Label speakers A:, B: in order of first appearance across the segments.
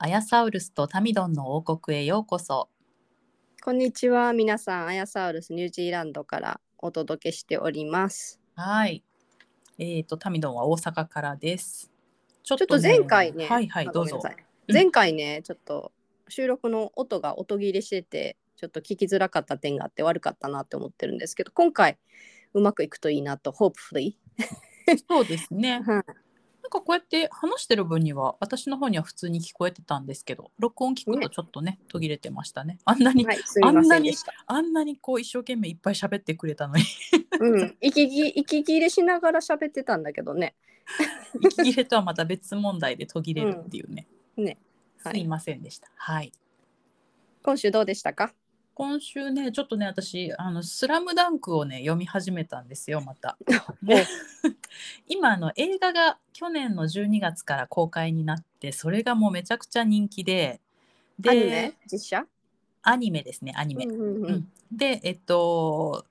A: アヤサウルスとタミドンの王国へようこそ
B: こんにちは、皆さん、アヤサウルスニュージーランドからお届けしております。
A: はいえーとタミドンは大阪からですちょ
B: ちょっと
A: ね
B: 前回ね、
A: はいはい
B: あ
A: どう
B: ごめん
A: ぞ
B: なさい前回ね、ちょっと収録の音が音切れしてて、ちょっと聞きづらかった点があって悪かったなって思ってるんですけど、今回うまくいくといいなと、hopefully。
A: そうですね。
B: はい
A: なんかこうやって話してる分には私の方には普通に聞こえてたんですけど録音聞くと
B: ね
A: ちょっとね途切れてましたねあんなに、
B: はい、すみませんでした。
A: あんなにこう一生懸命いっぱい喋ってくれたのに
B: うん、息切息切れしながら喋ってたんだけどね。
A: 息切れとはまた別問題で途切れるっていうね、
B: うんねはい
A: すいませんでしたはい
B: 今週どうでしたか
A: 今週ねちょっとね私あの「スラムダンクをね読み始めたんですよまた もう 今あの映画が去年の12月から公開になってそれがもうめちゃくちゃ人気でで
B: アニメ実写、
A: アニメですねアニメ
B: う、んうんう
A: うんんでえっと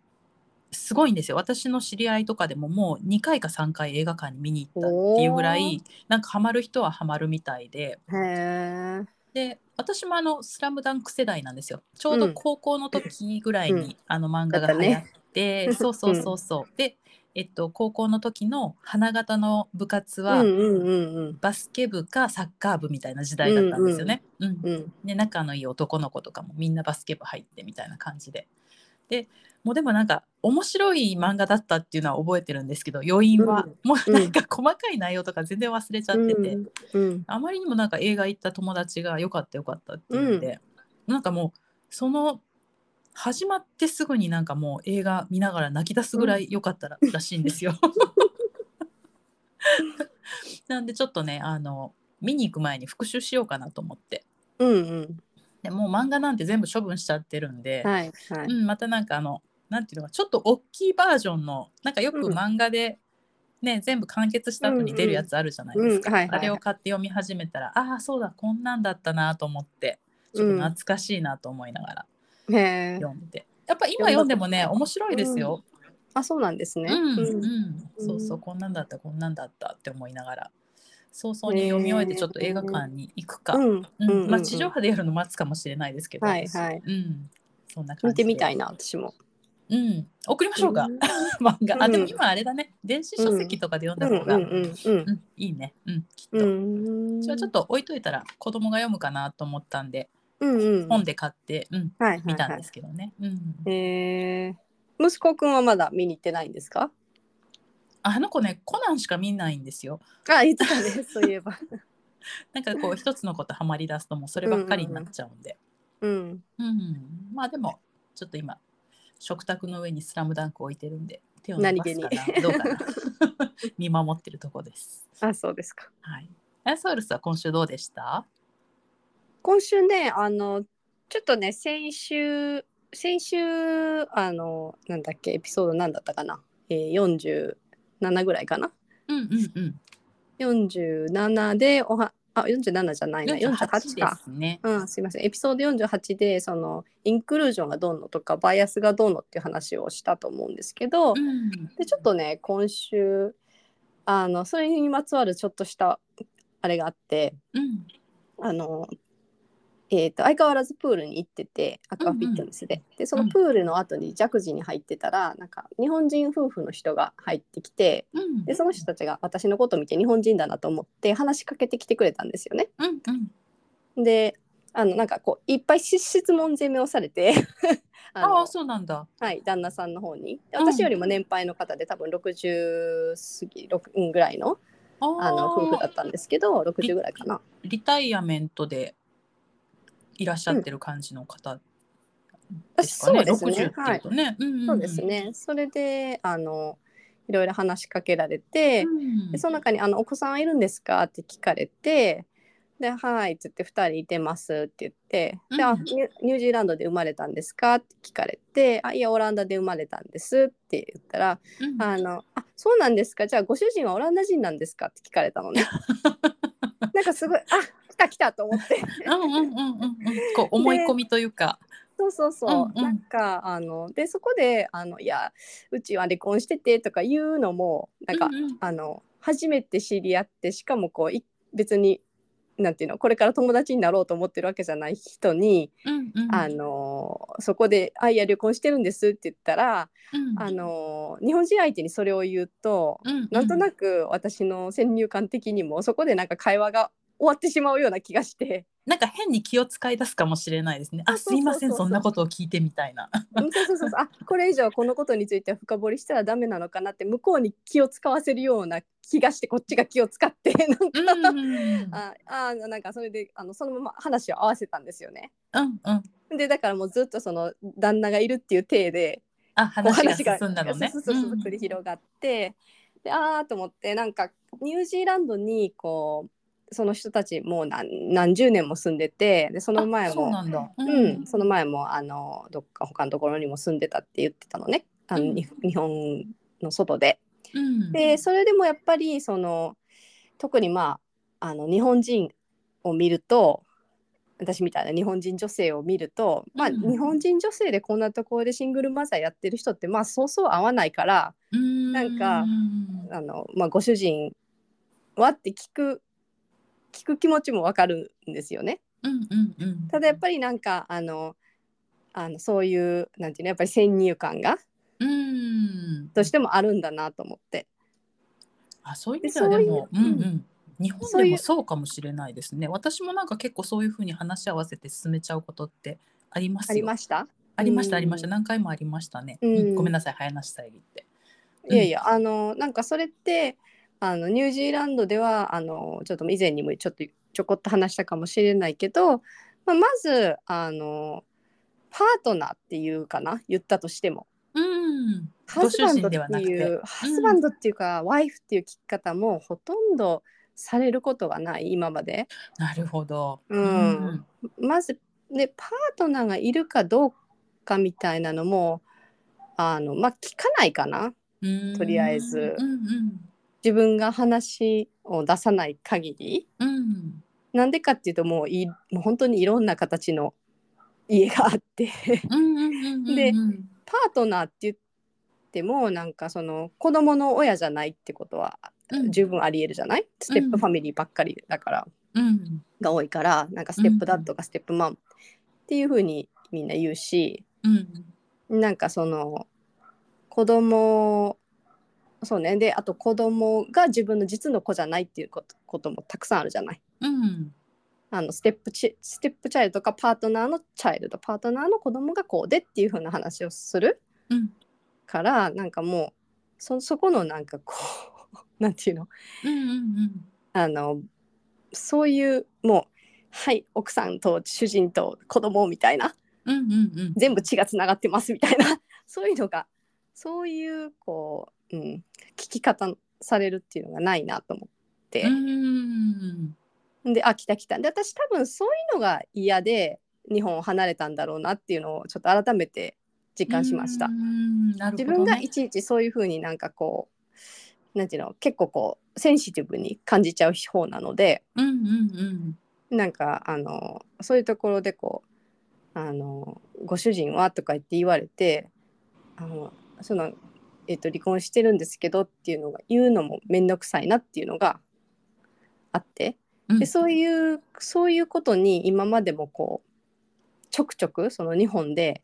A: すごいんですよ私の知り合いとかでももう2回か3回映画館に見に行ったっていうぐらいなんかハマる人はハマるみたいで
B: へえ。
A: で私もあの「スラムダンク世代なんですよちょうど高校の時ぐらいに、
B: うん
A: あの漫画が流行って、
B: だったね
A: そうそうそうそう、で、えっと、高校の時の花形の部活
B: う
A: は、
B: んうんうんうん
A: バスケ部かサッカー部みたいな時代だったんですよね。うん
B: うん。
A: で仲のいい男の子とかもみんなバスケ部入ってみたいな感じで。でもうでもなんか面白い漫画だったっていうのは覚えてるんですけど余韻は、もうなんか細かい内容とか全然忘れちゃってて、
B: うんうん
A: あまりにもなんか映画行った友達がよかったよかったって言って、なんかもうその始まってすぐになんかもう映画見ながら泣き出すぐらいよかったら,、らしいん ですよ。なんでちょっとねあの見に行く前に復習しようかなと思って
B: うん
A: でもう漫画なんて全部処分しちゃってるんで、
B: うん。はいはい。
A: うん、またなんかあのなんていうのかちょっと大きいバージョンのなんかよく
B: うん
A: 漫画で、ね全部完結した後に出るやつあるじゃないですか。
B: うん、はいは
A: あ
B: い
A: れ
B: は
A: を
B: い。
A: 買って読み始めたら、ああそうだこんなんだったなと思ってちょっと懐かしいなと思いながら
B: へえ。
A: 読んで、やっぱ今読んでもね面白いですよ。
B: あ、そうなんですね。
A: うん、うん
B: うん
A: そうそうこんなんだったこんなんだったって思いながら早々に読み終えてちょっと映画館に行くか、
B: うん
A: うん
B: うんうん
A: まあ、地上波でやるの待つかもしれないですけど、
B: はいはい
A: うん、そんな感
B: 見
A: じで
B: てみたいな、私も。
A: うん、送りましょうか、漫画あでも今あれだね電子書籍とかで読んだ
B: うん
A: 方が、
B: うんうんうん
A: うんいいね、うん、きっと。
B: うん。
A: じゃあちょっと置いといたら子供が読むかなと思ったんで、
B: うんうん。
A: 本で買って、うん、
B: はいは
A: 見
B: い
A: たん
B: は
A: ですけどね、うん、
B: い。へえ。息子くんはまだ見に行ってないんですか。
A: あの子ねコナンしか見ないんですよ
B: あ、いつかね、そういえば。
A: なんかこう一つのことハマりだすともうそればっかりになっちゃうんで、
B: うん。
A: うんまあでもちょっと今食卓の上に「スラムダンク置いてるんで手を伸
B: 何
A: ば
B: 気
A: す
B: に
A: かなどうか な見守ってるとこです
B: あ、そうですか。
A: はいアヤソウルスは今週どうでした
B: 今週ね、あの、ちょっとね、先週。先週、あの、なんだっけ、エピソードなんだったかな。えー、四十七ぐらいかな。
A: うんうんうん
B: 47でおはあ47じゃないな48
A: で
B: か。
A: すね
B: うん、すいませんエピソード48でそのインクルージョンがどうのとかバイアスがどうのっていう話をしたと思うんですけど、
A: うん
B: でちょっとね今週あのそれにまつわるちょっとしたあれがあって
A: うん
B: あの、えー、と相変わらずプールに行っててアクアフィットネスで,、でそのプールの後にジャグジーに入ってたらなんか日本人夫婦の人が入ってきて、
A: うん
B: でその人たちが私のことを見て日本人だなと思って話しかけてきてくれたんですよね。
A: うんうん
B: であのなんかこういっぱいし質問攻めをされて あの
A: ああそうなんだ
B: はい、旦那さんの方にで
A: うん
B: 私よりも年配の方で多分60過ぎ6、うん、ぐらいの
A: あー
B: あの夫婦だったんですけど60ぐらいかな。
A: リタイアメントでいらっしゃってる感じの方ですか
B: そう
A: ね。
B: です
A: 60
B: ね
A: っ、てい
B: は
A: う
B: い、
A: とね。うんんん
B: そうです。ねそれであのいろいろ話しかけられて、
A: うん
B: でその中にあの「お子さんはいるんですか?」って聞かれてで「はい」っつって「2人いてます」って言って「で
A: う
B: あ
A: ん
B: ニュニュージーランドで生まれたんですか?」って聞かれて「あいやオランダで生まれたんです」って言ったら「あのあそうなんですかじゃあご主人はオランダ人なんですか?」って聞かれた のね。なんかすごい「あ来た来た」と思って。
A: うんうんうんうんうんこう思い込みというか、
B: そうそうそう、
A: うんうん
B: なんかあのでそこであの「いやうちは離婚してて」とか言うのもなんか、
A: うんうん
B: あの初めて知り合ってしかもこうい別になんていうのこれから友達になろうと思ってるわけじゃない人に、
A: うんうん
B: あのそこで「あいや旅行してるんです」って言ったら、
A: うん
B: あの日本人相手にそれを言うと、
A: うう
B: なんとなく私の先入観的にもそこでなんか会話が終わってしまうような気がして。
A: なんか変に気を使い出すかもしれないですね。あ、
B: そ
A: す
B: うそうそうそう
A: みません、そんなことを聞いてみたいな。
B: うんそうそうそうそうあこれ以上このことについては深掘りしたらダメなのかなって向こうに気を使わせるような気がしてこっちが気を使ってなんか、
A: うん
B: ああなんかそれであのそのまま話を合わせたんですよね。
A: うんうん。
B: でだからもうずっとその旦那がいるっていう体で
A: あ、
B: こう
A: 話が進んだのね。
B: そうそうそうそう繰り広がって、でああと思ってなんかニュージーランドにこうその人たちもう何何十年も住んでてでその前
A: あそう
B: も
A: なんだ。う
B: うん、その前もあのどっか他のところにも住んでたって言ってたのねあの、
A: うん
B: に日本の外で。
A: うん
B: でそれでもやっぱりその特にまああの日本人を見ると私みたいな日本人女性を見ると、まあ、
A: うん
B: 日本人女性でこんなところでシングルマザーやってる人ってまあそうそう合わないから
A: うん
B: なんか
A: うん
B: あの、まあ、ご主人はって聞く聞く気持ちもわかるんですよね。
A: うんうんうん。
B: ただやっぱりなんかあのあのそういうなんていうのやっぱり先入観が
A: うん。
B: どうしてもあるんだなと思って。
A: あ、そういう意味では
B: で
A: で
B: そういう
A: も、
B: う
A: うんんうん。日
B: そ
A: 本
B: う
A: で
B: いう
A: もそうかもしれないですね。私もなんか結構そういうふうに話し合わせて進めちゃうことってありま
B: あ
A: す
B: り
A: よ
B: ま。した
A: ありましたありまし
B: う
A: た。
B: ん
A: 何回もありましたね。
B: う
A: うんんごめんなさい、早話遮って。うん
B: いやいや、あのなんかそれってあのニュージーランドではあのちょっと以前にもちょっとちょこっと話したかもしれないけど、まあ、まずあのパートナーっていうかな言ったとしても
A: うん。
B: ハスバンド
A: ご主人
B: っ
A: ではな
B: て
A: く
B: い
A: て
B: うハスバンドっていうか、ワイフっていう聞き方もほとんどされることがない今まで。
A: なるほど。
B: うんまずでパートナーがいるかどうかみたいなのもあのまあ聞かないかな
A: うん
B: とりあえず
A: うんうん。
B: 自分が話を出さない限り
A: うん、
B: なんでかっていうともういもう本当にいろんな形の家があって
A: うんうんうんうん
B: で
A: うん
B: パートナーって言ってもなんかその子供の親じゃないってことは
A: うん
B: 十分ありえるじゃない、ステップファミリーばっかりだから、
A: うん
B: が多いからなんかステップダッドかステップマンっていうふうにみんな言うし
A: うん
B: なんかその子供そうねであと子供が自分の実の子じゃないっていうことこともたくさんあるじゃない。
A: うん
B: あのステップチステップチャイルドかパートナーのチャイルドパートナーの子供がこうでっていう風な話をする
A: うん
B: からなんかもうそそこのなんかこう なんていうの
A: うんうん
B: あのそういうもうはい奥さんと主人と子供みたいな
A: うんうんうん
B: 全部血がつながってますみたいな そういうのがそういうこう、うん、聞き方されるっていうのがないなと思って。
A: うん
B: であ来た来たで私多分そういうのが嫌で日本を離れたんだろうなっていうのをちょっと改めて実感しました、
A: うんなるほ
B: 自
A: どね
B: 分がいちいちそういうふうになんかこうなんていうの結構こうセンシティブに感じちゃう方なので
A: うんうん
B: なんかあのそういうところでこうあの「ご主人は?」とか言って言われてあのその、えっと離婚してるんですけどっていうのが言うのも面倒くさいなっていうのがあって。
A: うん
B: でそう
A: う
B: いうそういうことに今までもこうちょくちょくその日本で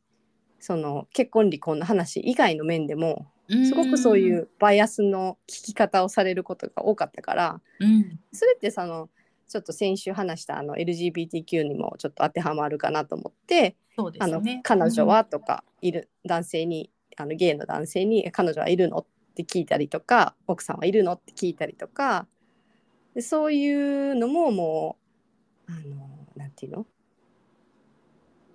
B: その結婚離婚の話以外の面でも
A: ん
B: すごくそういうバイアスの聞き方をされることが多かったから
A: うん
B: それってそのちょっと先週話したあの LGBTQ にもちょっと当てはまるかなと思って
A: そうで
B: あ
A: す
B: の
A: ね
B: 彼女はとかいる男性にあのゲイの男性にえ彼女はいるのって聞いたりとか奥さんはいるのって聞いたりとかでそういうのももうあのなんていうの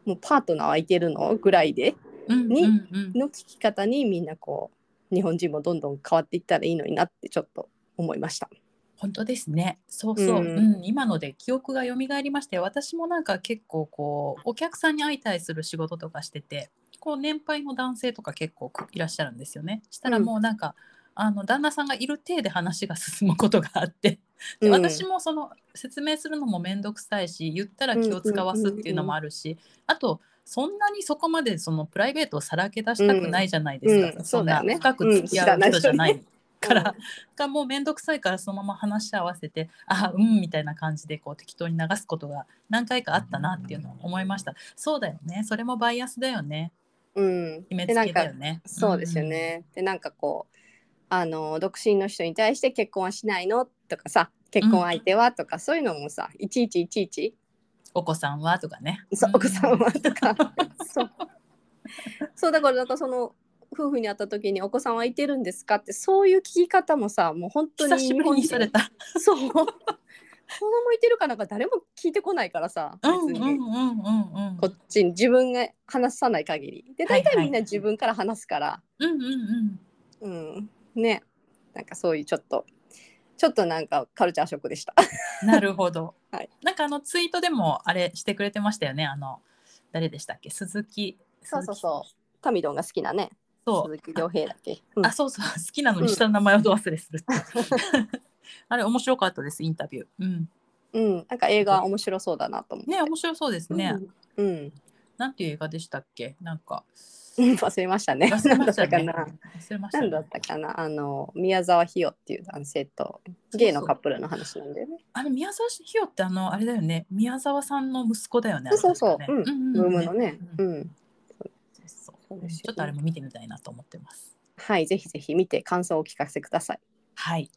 B: もうパートナーはいてるのぐらいで
A: うん
B: に
A: うんうん
B: の聞き方にみんなこう日本人もどんどん変わっていったらいいのになってちょっと思いました。
A: 本当ですね。そうそう、う
B: うんん、
A: 今ので記憶が蘇りまして、私もなんか結構こうお客さんに相対する仕事とかしてて、こう年配の男性とか結構いらっしゃるんですよね。したらもうなんか、あの旦那さんがいる体で話が進むことがあって、で私もその説明するのも面倒くさいし、言ったら気を使わすっていうのもあるし、あと。そんなにそこまでそのプライベートをさらけ出したくないじゃないですか。
B: うんうん
A: そん
B: そ
A: な
B: うだよね
A: 深く付き合う人じゃないから、
B: うん
A: がもう面倒くさいからそのまま話し合わせてあうんみたいな感じでこう適当に流すことが何回かあったなっていうのを思いましたそうだよねそれもバイアスだよね
B: うん、
A: 決め
B: で
A: つ
B: なん
A: けだ
B: か
A: よね
B: そうですよ、ね、でなんかこうあの独身の人に対して結婚はしないのとかさ結婚相手はとか、そういうのもさいちいちいちいち
A: うんお子さんはとかね
B: そう奥さんはと か
A: う
B: そうそうだからなんかその夫婦に会った時に「お子さんはいてるんですか?」ってそういう聞き方もさもう本当に
A: 久しぶりにされた
B: そう子供いてるかなんか誰も聞いてこないからさ
A: う
B: 別
A: んうん
B: に、
A: うんうんうん
B: こっちに自分が話さない限りで
A: は
B: 大
A: い
B: 体
A: はい
B: みんな自分から話すから、
A: うんうんうん
B: うんねなんかそういうちょっとちょっとなんかカルチャーショックでした。
A: なるほど、
B: はい
A: なんかあのツイートでもあれしてくれてましたよねあの誰でしたっけ鈴木
B: そうそうそうタミドンが好きなね
A: そう
B: 鈴木亮平だっけ、うん
A: あ、そうそう、好きなのに下の名前をど忘れするって。 あれ、面白かったです、インタビュー。うん。
B: うん、なんか映画面白そうだなと思って。
A: ね、面白そうですね。
B: うん、うん
A: なんていう映画でしたっけなん か、
B: 忘れましたね。
A: 忘れ
B: な
A: ま
B: んだっ
A: した
B: たか
A: ね。
B: な。
A: 忘れました
B: な
A: ね
B: んだったかな。あの宮沢ひよっていう男性とゲイのカップルの話なんだよね。
A: あれ、宮沢ひよって、あの、あれだよね。宮沢さんの息子だよね。
B: そうそう
A: あれ確かねん
B: ブームのね。
A: う
B: うんん。
A: そう
B: そうですよね
A: ちょっとあれも見てみたいなと思ってます。
B: はい、ぜひぜひ見て感想をお聞かせください。
A: はい。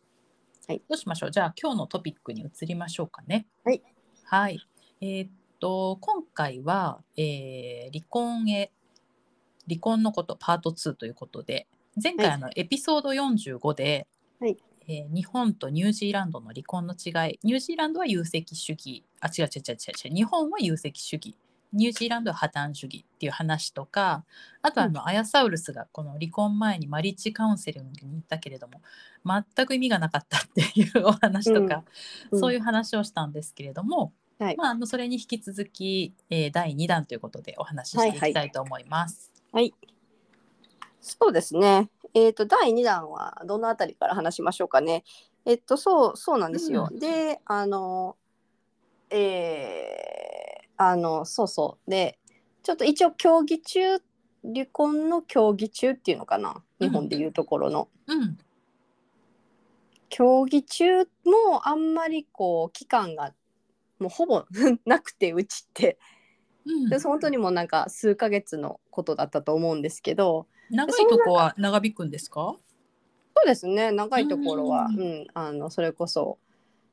B: はい
A: どうしましょう。じゃあ今日のトピックに移りましょうかね。
B: はい。
A: はい。えーっと今回は、えー離婚へ離婚のことパート2ということで前回
B: はい
A: あのエピソード45で、
B: はい
A: えー日本とニュージーランドの離婚の違いニュージーランドは有責主義あ違う違う違う違う違う日本は有責主義ニュージーランドは破綻主義っていう話とかあとあの、アヤサウルスがこの離婚前にマリッジカウンセリングに行ったけれども全く意味がなかったっていうお話とか、
B: うん
A: そういう話をしたんですけれども、
B: はい
A: まあ、あのそれに引き続き、えー第2弾ということでお話ししていきたいと思います。
B: そうですね。えっ、と第二弾はどのあたりから話しましょうかね。えっとそうそうなんですよ。
A: う
B: で、あのえーあのそうそうでちょっと一応競技中離婚の競技中っていうのかな
A: うん
B: 日本でいうところの、
A: うん
B: 競技中もあんまりこう期間がもうほぼ なくてうちって
A: うん、
B: で本当にもうなんか数ヶ月のことだったと思うんですけど、
A: 長いとこは長引くんですか
B: そうですね長いところは、
A: う
B: うんんあのそれこそ、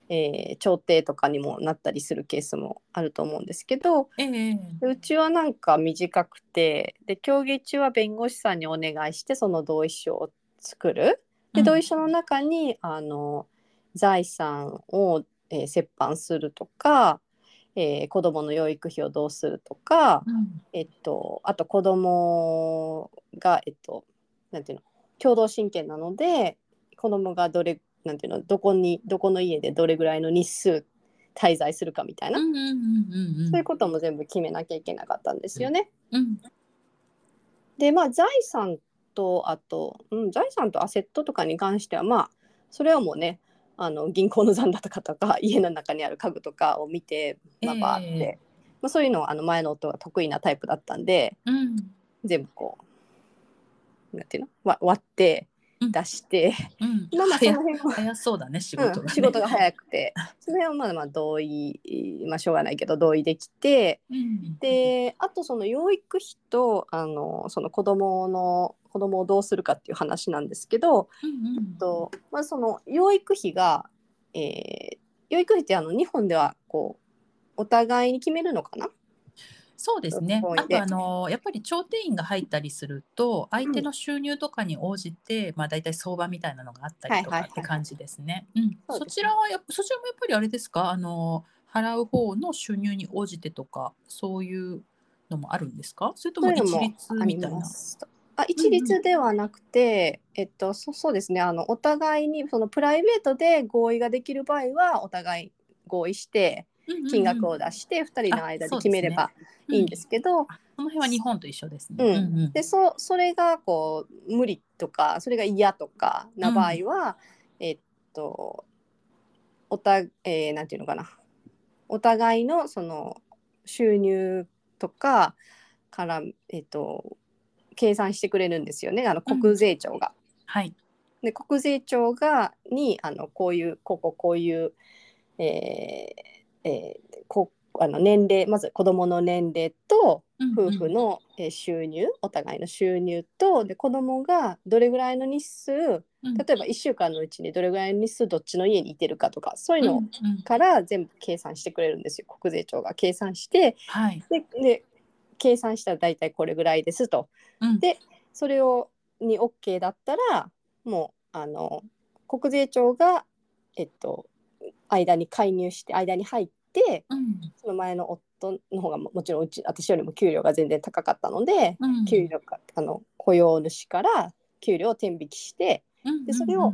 B: えー調停とかにもなったりするケースもあると思うんですけど
A: ええ
B: うちはなんか短くてで競技中は弁護士さんにお願いしてその同意書を作るで同意書の中にあの財産を、えー折半するとか、えー子どもの養育費をどうするとか、
A: うん
B: えっと、あと子供がえっとなんていうの共同親権なので子供がどれなんていうのどこにどこの家でどれぐらいの日数滞在するかみたいな、
A: うんうんうんうん
B: そういうことも全部決めなきゃいけなかったんですよね。
A: うん
B: でまあ財産とあと、うん、財産とアセットとかに関してはまあそれはもうねあの銀行の残高とかとか 家の中にある家具とかを見て、まあ、バーって、
A: ええ
B: まあ、そういうのはあの前の夫が得意なタイプだったんで。
A: うん
B: 全部こうなんていうのわ割って
A: うん
B: 出して、
A: うん
B: まあまあその
A: 早
B: 辺も、
A: 早そうだね仕事が、
B: う
A: ね
B: ん、仕事が早くてその辺はまあまあ同意まあしょうがないけど同意できて
A: うん、
B: であとその養育費とあのその子供の子供をどうするかっていう話なんですけど
A: うんうん、
B: と、まあ、その養育費が、えー養育費ってあの日本ではこうお互いに決めるのかな
A: そうですね
B: そう。
A: あ
B: で
A: とあのやっぱり調停員が入ったりすると相手の収入とかに応じて、まあ大体相場みたいなのがあったりと
B: はい
A: か
B: はい
A: っ
B: は
A: て
B: い
A: 感じですね。うん。
B: そう
A: そ
B: です
A: ち
B: ね
A: らはやっそちらもやっぱりあれですかあの払う方の収入に応じてとかそういうのもあるんですかそれとも一律
B: あり
A: みたい
B: ま
A: な。
B: すあ一律ではなくて、えっと、そそうですねあのお互いにそのプライベートで合意ができる場合はお互い合意して金額を出して2人の間で決めればいいんですけど、
A: この辺は日本と一緒ですね。
B: うんでそそれがこう無理とかそれが嫌とかな場合は、えっとおた、えーなんていうのかなお互いのその収入とかから、えっと計算してくれるんですよねあの
A: うん
B: 国税庁が。
A: はい。
B: で国税庁がにあのこういうこここういう、えーえーこあの年齢まず子どもの年齢と夫婦のえー収入、お互いの収入とで子供がどれぐらいの日数例
A: うん、
B: えば1週間のうちにどれぐらいの日数どっちの家にいてるかとかそういうの
A: うんうん
B: から全部計算してくれるんですよ国税庁が計算して
A: はい。
B: でで計算したら大体これぐらいですと
A: うん
B: でそれをに OK だったらもうあの国税庁が、えっと、間に介入して間に入って
A: うん
B: その前の夫の方がももちろんうち私よりも給料が全然高かったので、
A: うん
B: 給料かあの雇用主から給料を天引きしてでそれを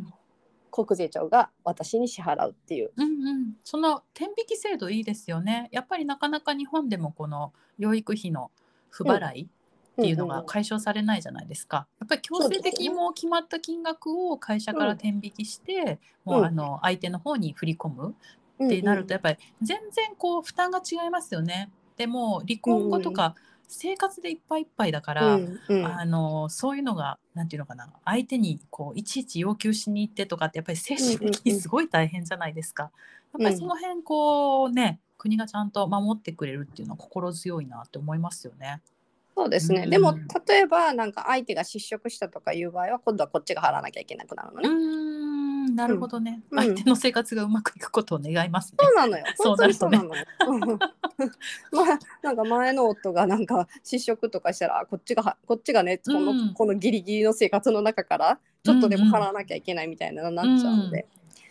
B: 国税庁が私に支払うっていう。
A: うんうん、その天引き制度いいですよね。やっぱりなかなか日本でもこの養育費の不払いっていうの
B: うんう
A: が
B: ん
A: 解消されないじゃないですか。やっぱり強
B: そう
A: 制
B: ですね
A: 的にもう決まった金額を会社から天引きして、
B: うん
A: もうあの相手の方に振り込む
B: うん
A: ってなると
B: うん
A: やっぱり全然こう負担が違いますよね。でもう離婚後とか生活でいっぱいいっぱいだから、
B: うんうん
A: あのそういうのがなんていうのかな相手にこういちいち要求しに行ってとかってやっぱり精神的
B: うんうん
A: に
B: うん
A: すごい大変じゃないですか。やっぱりその辺こうね国がちゃんと守ってくれるっていうのは心強いなって思いますよね。
B: そうですね、
A: うん
B: でも例えばなんか相手が失職したとかいう場合は今度はこっちが払わなきゃいけなくなるの
A: うー
B: ね。
A: んなるほどね、
B: うん
A: 相手の生活がうまくいくことを願いますね。
B: そうなのよ。
A: そう
B: 本
A: な
B: 当
A: る
B: に
A: と
B: そう
A: ね
B: なのよ。うんまあなんか前の夫がなんか失職とかしたらあこっちがはこっちがねこの、
A: うん
B: このギリギリの生活の中からちょっとでも払わなきゃいけないみたいなのになっちゃうので、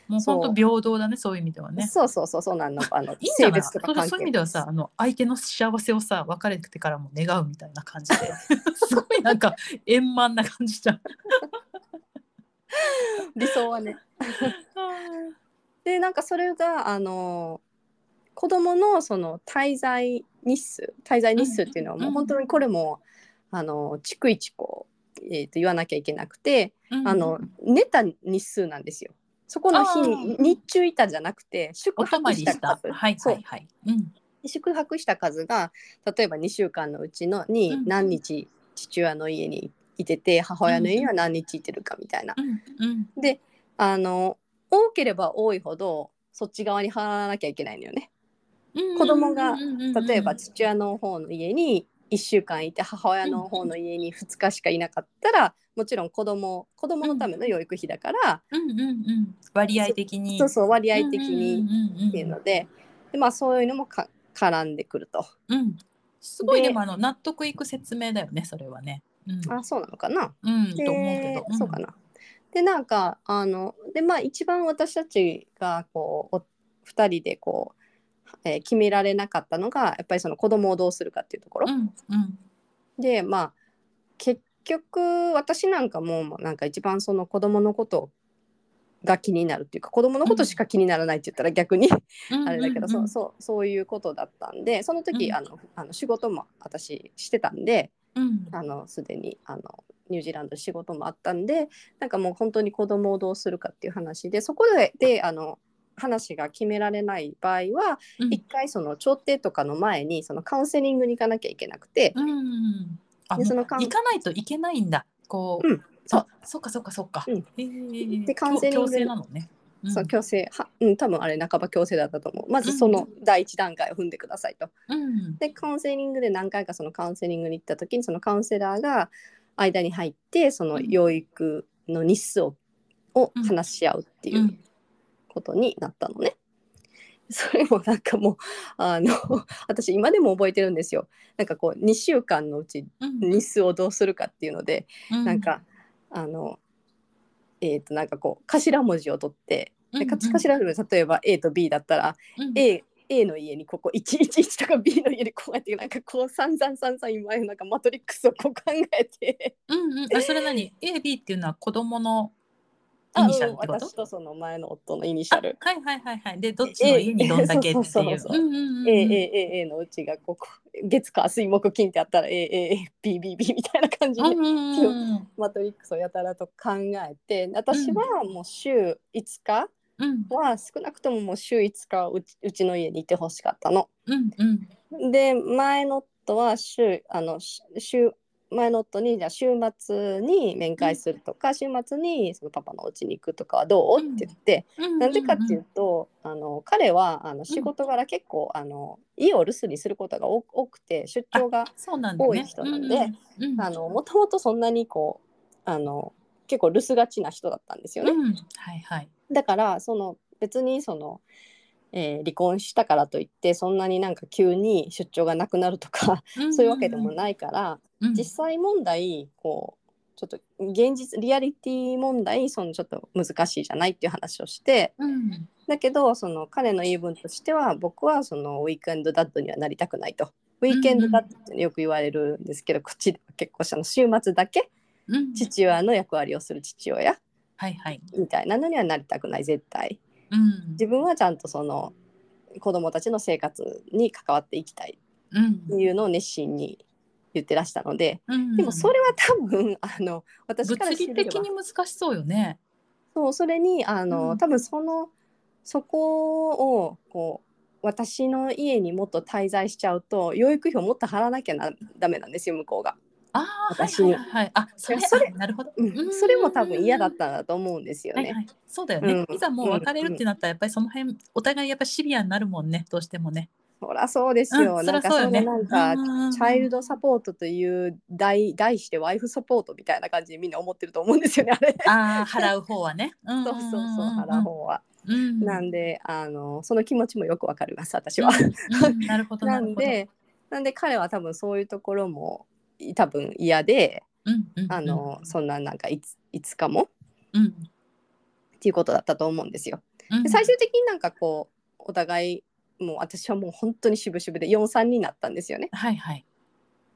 A: もう
B: そう
A: 本当平等だねそういう意味ではね。
B: そうそうそうそうなんのあの
A: いいんじゃ
B: 性
A: ない
B: 別
A: そ
B: と
A: う
B: か
A: そう
B: 関
A: いう意
B: 係
A: 味ではさあの相手の幸せをさ別れてからも願うみたいな感じで すごいなんか円満な感じじゃん。
B: 理想はね。でなんかそれがあの子供のその滞在日数滞在日数っていうのはもう本当にこれもあの逐一こう、えー、と言わなきゃいけなくてあの寝た日数なんですよ。そこの日に
A: あー
B: 日中いたじゃなくて宿
A: お泊ま
B: 泊
A: り
B: し
A: したた。
B: 数
A: はい
B: そ
A: は
B: う
A: いはい。うん
B: 宿泊した数が例えば2週間のうちの
A: う
B: に
A: ん
B: 何日父親の家にいてて母親の家には何日いてるかみたいな。
A: うんうん。
B: であの多ければ多いほどそっち側に払わなきゃいけないのよね。子供が例えば父親の方の家に1週間いて母親の方の家に2日しかいなかったらもちろん子供子供のための養育費だから、
A: うんうんうん割合的に
B: そうそう割合的に
A: に
B: っていうのでで、まあ、そういうのもか絡んでくると
A: うんすごい
B: で
A: でもあの納得いく説明だよねそれはね。うん
B: あそうなのかな、
A: うん
B: で
A: と思うけど。ん
B: そうかな。でなんかあのでまあ一番私たちがこうお2人でこう、えー決められなかったのがやっぱりその子供をどうするかっていうところ
A: う、んうん
B: でまあ結局私なんかもうもうなんか一番その子供のことが気になるっていうか子供のことしか気にならないって言ったら逆に
A: うん
B: あれだけ
A: うんう
B: ど、
A: ん
B: そうそうそういうことだったんでその時、
A: うん
B: あのあの仕事も私してたんで
A: うん
B: あのすでにあのニュージーランドで仕事もあったんでなんかもう本当に子供をどうするかっていう話でそこでであの話が決められない場合は
A: うん
B: 一回その調停とかの前にそのカウンセリングに行かなきゃいけなくて
A: うん。あ、も
B: で
A: う
B: そのカウン
A: 行かないといけないんだ。こう。
B: うんそう
A: あ。そっかそっかそっか。
B: うん
A: へー
B: でカウンセリン
A: 強
B: グ
A: 強制なのね。うん
B: そう強制は、うん、多分あれ半ば強制だったと思うまずその第一段階を踏んでくださいと。
A: うん。
B: でカウンセリングで何回かそのカウンセリングに行った時にそのカウンセラーが間に入ってその養育の日数をを
A: うん
B: 話し合うっていううんことになったのね。それもなんかもうあの 私今でも覚えてるんですよ。なんかこう2週間のうち
A: うん
B: 日数をどうするかっていうので、
A: うん
B: なんかあのえっ、となんかこう頭文字を取ってでか
A: うんうん
B: 頭文字例えば A と B だったら
A: うん
B: A, A の家にここ111とか B の家にこうやってなんかこう散々散々今なんかマトリックスをこう考えて
A: うんうんあそれ何 AB っていうのは子供の イ
B: あ、う
A: ニシャル
B: ん、
A: ってこと
B: 私とその前の夫のイニシ
A: あ
B: ャル、
A: はいはいはいはいでどっちの家にどんだけってい
B: そうそう
A: う
B: そうそう
A: うんうんうん
B: AAAA のうちがここ月火水木金ってあったら AAABBB みたいな感じ
A: う
B: で
A: んうんうん
B: マトリックスをやたらと考えて私はもう週5日
A: うん
B: は少なくとももう週5日はうちうちの家にいてほしかったの。
A: うんうん
B: で前の夫は週あのし週前の夫にじゃあ週末に面会するとか、週末にそのパパのお家に行くとかはどう
A: うん
B: って言って、
A: うん
B: なんでかっていうとあの彼はあの仕事柄結構あの家を留守にすることが多多くて出張が
A: そうなんだね
B: 多い人なんで
A: うんうん
B: あのもともとそんなにこうあの結構留守がちな人だったんですよね。
A: うんはいはい
B: だからその別にその、えー離婚したからといってそんなになんか急に出張がなくなるとかそういうわけでも
A: い
B: ないから、
A: 実
B: 実際問題こうちょっと現実リアリティ問題そのちょっと難しいじゃないっていう話をして
A: うん
B: だけどその彼の言い分としては僕はそのウィークエンドダッドにはなりたくないと。ウィークエンドダッドってよく言われるんですけど、こっちでは結構その週末だけ
A: うん
B: 父親の役割をする父親
A: はいはい
B: みたいなのにはなりたくない絶対
A: うん
B: 自分はちゃんとその子供たちの生活に関わっていきたい
A: うん
B: っていうのを熱心に言ってらしたので、
A: うん
B: でもそれは多分あの私から
A: 物
B: す
A: 理
B: れば
A: 的に難しそうよね
B: そうそれにあの、
A: うん
B: 多分そのそこをこう私の家にもっと滞在しちゃうと養育費をもっと払わなきゃなダメなんですよ向こうが、
A: ああはい
B: 私
A: はいはいあそれ
B: いやそれ
A: あなるほど
B: うんそれも多分嫌だったんだと思うんですよ
A: はい
B: ね
A: は。い、そうだよね、
B: うん
A: いざもう別れるってなったらやっぱりその辺お互いやっぱシビアになるもんねどうしてもね。
B: そらそうですよ、
A: うん、そ
B: な
A: りゃ
B: んか
A: そう
B: そ
A: よ
B: の
A: ね。
B: なんかチャイル
A: ド
B: ドサポートという題題してワイフサポートみたいな感じでみんな思ってると思うんですよねあれ。
A: ああ払う方はね。そ
B: そうそうそう腹
A: う
B: 方は。
A: んうんうん。
B: なんであのその気持ちもよくわかります私
A: うん
B: は。
A: うんなるほどな
B: な
A: るほ
B: ん
A: ど。
B: でなんで彼は多分そういうところも多分嫌で
A: うんうんうん、
B: あの、そんななんかいついつかも
A: うん
B: っていうことだったと思うんですよ。
A: うん、
B: で最終的になんかこうお互いもう私はもう本当に渋々で43になったんですよね。
A: はいはい。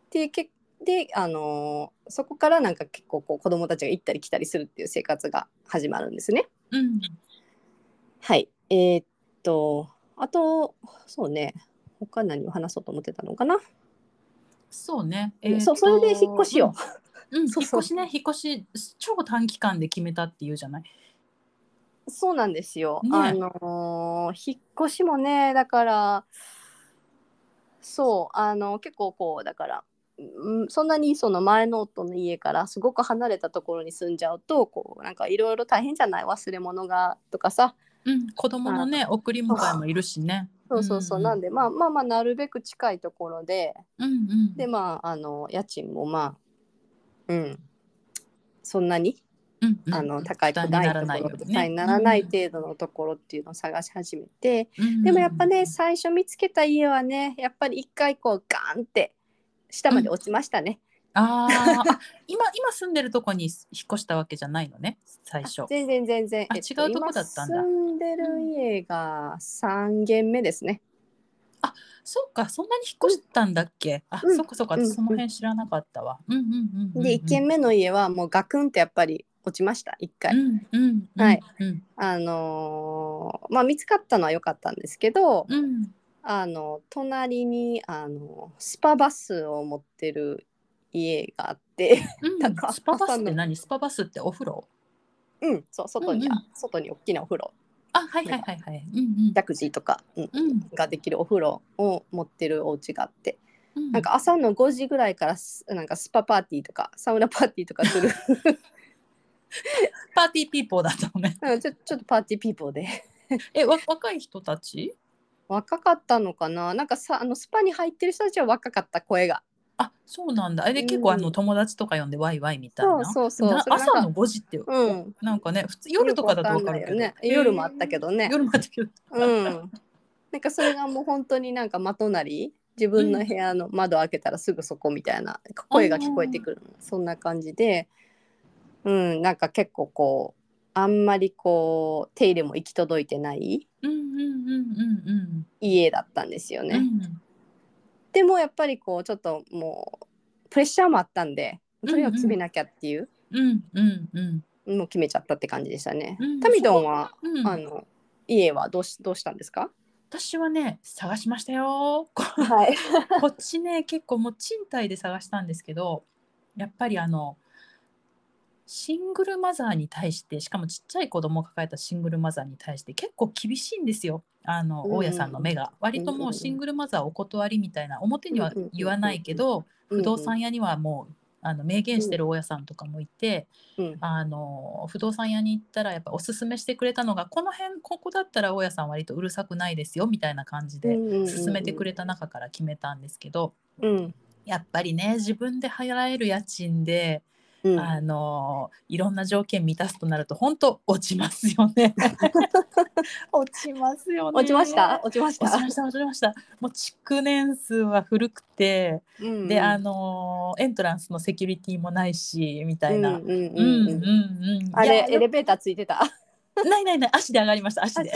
B: でけで、あのーそこからなんか結構こう子供たちが行ったり来たりするっていう生活が始まるんですね。
A: うん
B: はい。えーっとあとそうね他何を話そうと思ってたのかな。
A: そうね。
B: そうそれで引っ越しを、
A: うん。うん
B: そう
A: 引っ
B: そう
A: 越しね引っ越し超短期間で決めたっていうじゃない。
B: そうなんですよ。
A: ね
B: あのー引っ越しもねだからそうあの結構こうだから。うんそんなにその前の夫の家からすごく離れたところに住んじゃうとこうなんかいろいろ大変じゃない忘れ物がとかさ
A: うん、子供のね送り迎えもいるしね。
B: そうそうそう、なん
A: で、
B: でまあまあまあなるべく近いところで
A: うんうん、
B: でまああの家賃もまあうんそんなに
A: うんうん
B: あの高く
A: 負担
B: ない
A: にな
B: と
A: らない
B: こ
A: よ
B: ろ
A: う
B: 負
A: にね
B: 担にならない程度のところっていうのを探し始めて、
A: うん
B: でもやっぱね最初見つけた家はねやっぱり一回こうガーンって下まで落ちましたね、
A: あーあ今今住んでるとこに引っ越したわけじゃないのね最初
B: 全然全然
A: あ違うとこだったんだ
B: 今住んでる家が3軒目ですね、
A: そうかそんなに引っ越したんだっけ、あ、
B: うん
A: そっかそっか、
B: うん
A: その辺知らなかったわうんうんうんうん
B: で1軒目の家はもうガクンってやっぱり落ちました一回、
A: うんうんうん
B: はい
A: うん
B: あのーまあ見つかったのは良かったんですけど、
A: うん
B: あの隣にあのスパバスを持ってる家があって、
A: うん
B: なんか
A: スパバス
B: 朝
A: っ
B: の
A: て何スパバスってお風呂
B: うん、そう外に、
A: うんうん
B: あ外に大きなお風呂
A: あはいはいはいはいうん
B: ジャクジーとか、うん、
A: うんうん
B: ができるお風呂を持ってるお家があって、
A: うん
B: なんか朝の5時ぐらいからスなんかスパパーティーとかサウナパーティーとかする
A: パーティーピーポーだったのね
B: うん ちょちょっとパーティーピーポーで
A: えわ若い人たち
B: 若かったのかななんかさあのスパに入ってる人たちは若かった声が
A: あそうなんだあれで
B: うん
A: 結構あの友達とか呼んでワイワイみたい
B: そ
A: な
B: うそうそう
A: な
B: それなんか
A: 朝の5時って
B: うん
A: なんかね普通夜とかだと分かるけど
B: よくわかんないよね夜もあったけどね
A: 夜もあったけど
B: うん、 なんかそれがもう本当になんか間隣自分の部屋の窓開けたらすぐそこみたいな声が聞こえてくるそんな感じで、うん、なんか結構こうあんまりこう手入れも行き届いてない
A: うんうんうんうん
B: 家だったんですよ
A: うん
B: ね。
A: うん
B: でもやっぱりこうちょっともうプレッシャーもあったんでとにかく決めなきゃっていう、
A: うんうんうん
B: もう決めちゃったって感じでしたね。
A: うん
B: タミドンは、
A: うん
B: あの家はどうしどうしたんですか？
A: 私はね探しましたよこ
B: はい。
A: こっちね結構もう賃貸で探したんですけどやっぱりあのシングルマザーに対してしかもちっちゃい子供を抱えたシングルマザーに対して結構厳しいんですよあの、
B: うん
A: 大家さんの目が割ともうシングルマザーお断りみたいな表には言わないけど、不動産屋にはもうあの明言してる大家さんとかもいて、
B: うん
A: あの不動産屋に行ったらやっぱおすすめしてくれたのがこの辺ここだったら大家さん割とうるさくないですよみたいな感じで勧めてくれた中から決めたんですけど、
B: うん
A: やっぱりね自分で払える家賃で、
B: うん、
A: あのいろんな条件満たすとなると本当落ちますよね。 落ちますよね。
B: 落ちました落ちまし
A: 落
B: た
A: ち。ました落ちました。もう築年数は古くて、
B: うん
A: であのエントランスのセキュリティもないしみたいな。
B: うんうん
A: うん
B: うん
A: うん
B: うん
A: うん、
B: あ
A: いや
B: れエレベーターついてた。
A: ないないない足で上がりました足で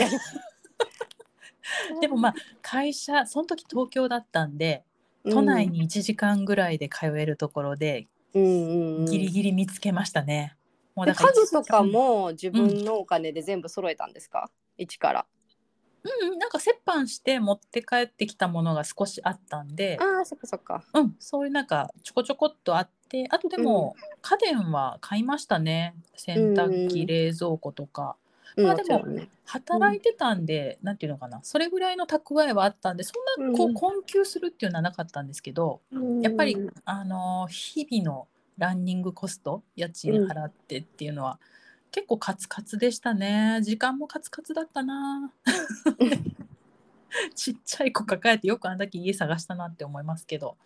A: でもまあ会社その時東京だったんで都内に1時間ぐらいで通えるところでギ
B: ギ
A: リギリ見つけましたね、もう
B: で
A: だから
B: 家具とかも自分のお金で全部揃えたんですか、一から
A: うんなんか折半して持って帰ってきたものが少しあったんで
B: ああそっかそっか
A: うんそういうなんかちょこちょこっとあってあとでも家電は買いましたね洗濯
B: うん
A: 機冷蔵庫とか
B: うん
A: まあでも
B: ちろんね
A: 働いてたんで、なんていうのかなそれぐらいの蓄えはあったんでそんなこ
B: う
A: うん困窮するっていうのはなかったんですけど、やっぱり、
B: うん
A: あの日々のランニングコスト家賃払ってっていうのは、結構カツカツでしたね時間もカツカツだったな ちっちゃい子抱えてよくあんだけ家探したなって思いますけど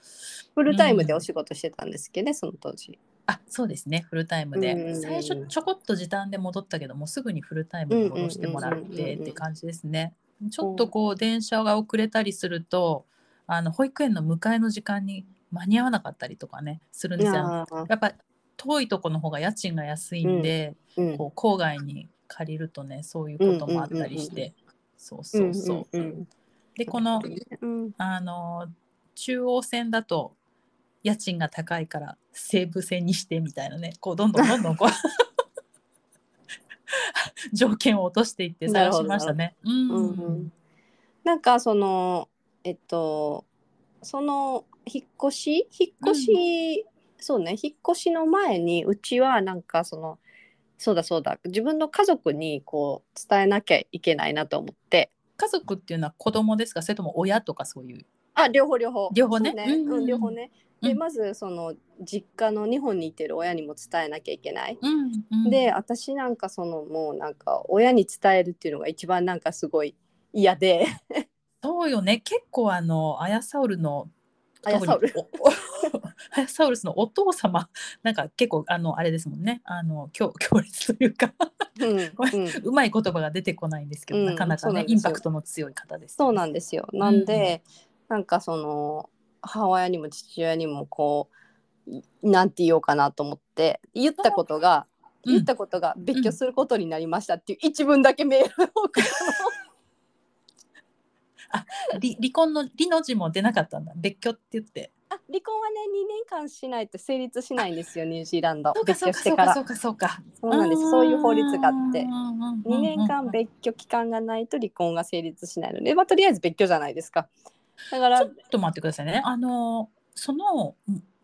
B: フルタイムでお仕事してたんですけどねその当時
A: あそうですねフルタイムで、
B: うん
A: 最初ちょこっと時短で戻ったけどもうすぐにフルタイムに戻してもらっ
B: うんうんうんうん
A: て
B: うん
A: って感じですねちょっとこう電車が遅れたりするとあの保育園の迎えの時間に間に合わなかったりとかねするんですよ
B: あー
A: やっぱ遠いとこの方が家賃が安いんで、
B: うん
A: こう郊外に借りるとねそういうこともあったりして、
B: うん
A: そうそうそう。
B: うんうん
A: でこの
B: うん
A: あの中央線だと家賃が高いから西武線にしてみたいなねこうどんどんどんどんこう 条件を落としていって探しましたね。うん
B: ほどうんなんかそのえっとその引っ越し引っ越し、そうね引っ越しの前にうちはなんかそのそうだそうだ自分の家族にこう伝えなきゃいけないなと思って
A: 家族っていうのは子供ですかそれとも親とかそういう。
B: あ両方両方
A: 両方ね
B: そう
A: うんうんうん
B: うん、両方ねで
A: うん
B: まずその実家の日本にいてる親にも伝えなきゃいけない、
A: うんうん、
B: で私なんかそのもうなんか親に伝えるっていうのが一番なんかすごい嫌 で
A: そうよね結構あのアヤサウルの
B: アヤサウル
A: 特におお アヤサウルスのお父様なんか結構あのあれですもんねあの強 強烈というか
B: うん、
A: ごめ
B: うん
A: うまい言葉が出てこないんですけど、
B: うん
A: なかなか
B: そうな
A: ね
B: んです
A: イ
B: よ
A: ンパクトの強い方です、
B: そうなんですよ。なんで、なんかその母親にも父親にもこういなんて言おうかなと思って言ったことが、
A: うん
B: 言ったことが別居することになりましたっていう一文だけメールを送ったの。
A: 離離婚の離の字も出なかったんだ別居って言って
B: あ離婚はね2年間しないと成立しないんですよニュージーランド
A: そうか
B: 別
A: そう
B: 居
A: か
B: し
A: そ
B: て
A: う
B: か
A: からそうかそうか
B: そうなんですそういう法律があって2
A: 2
B: 年間別居期間がないと離婚が成立しないので、まあ、とりあえず別居じゃないですかだから
A: ちょっと待ってくださいね。あのそのも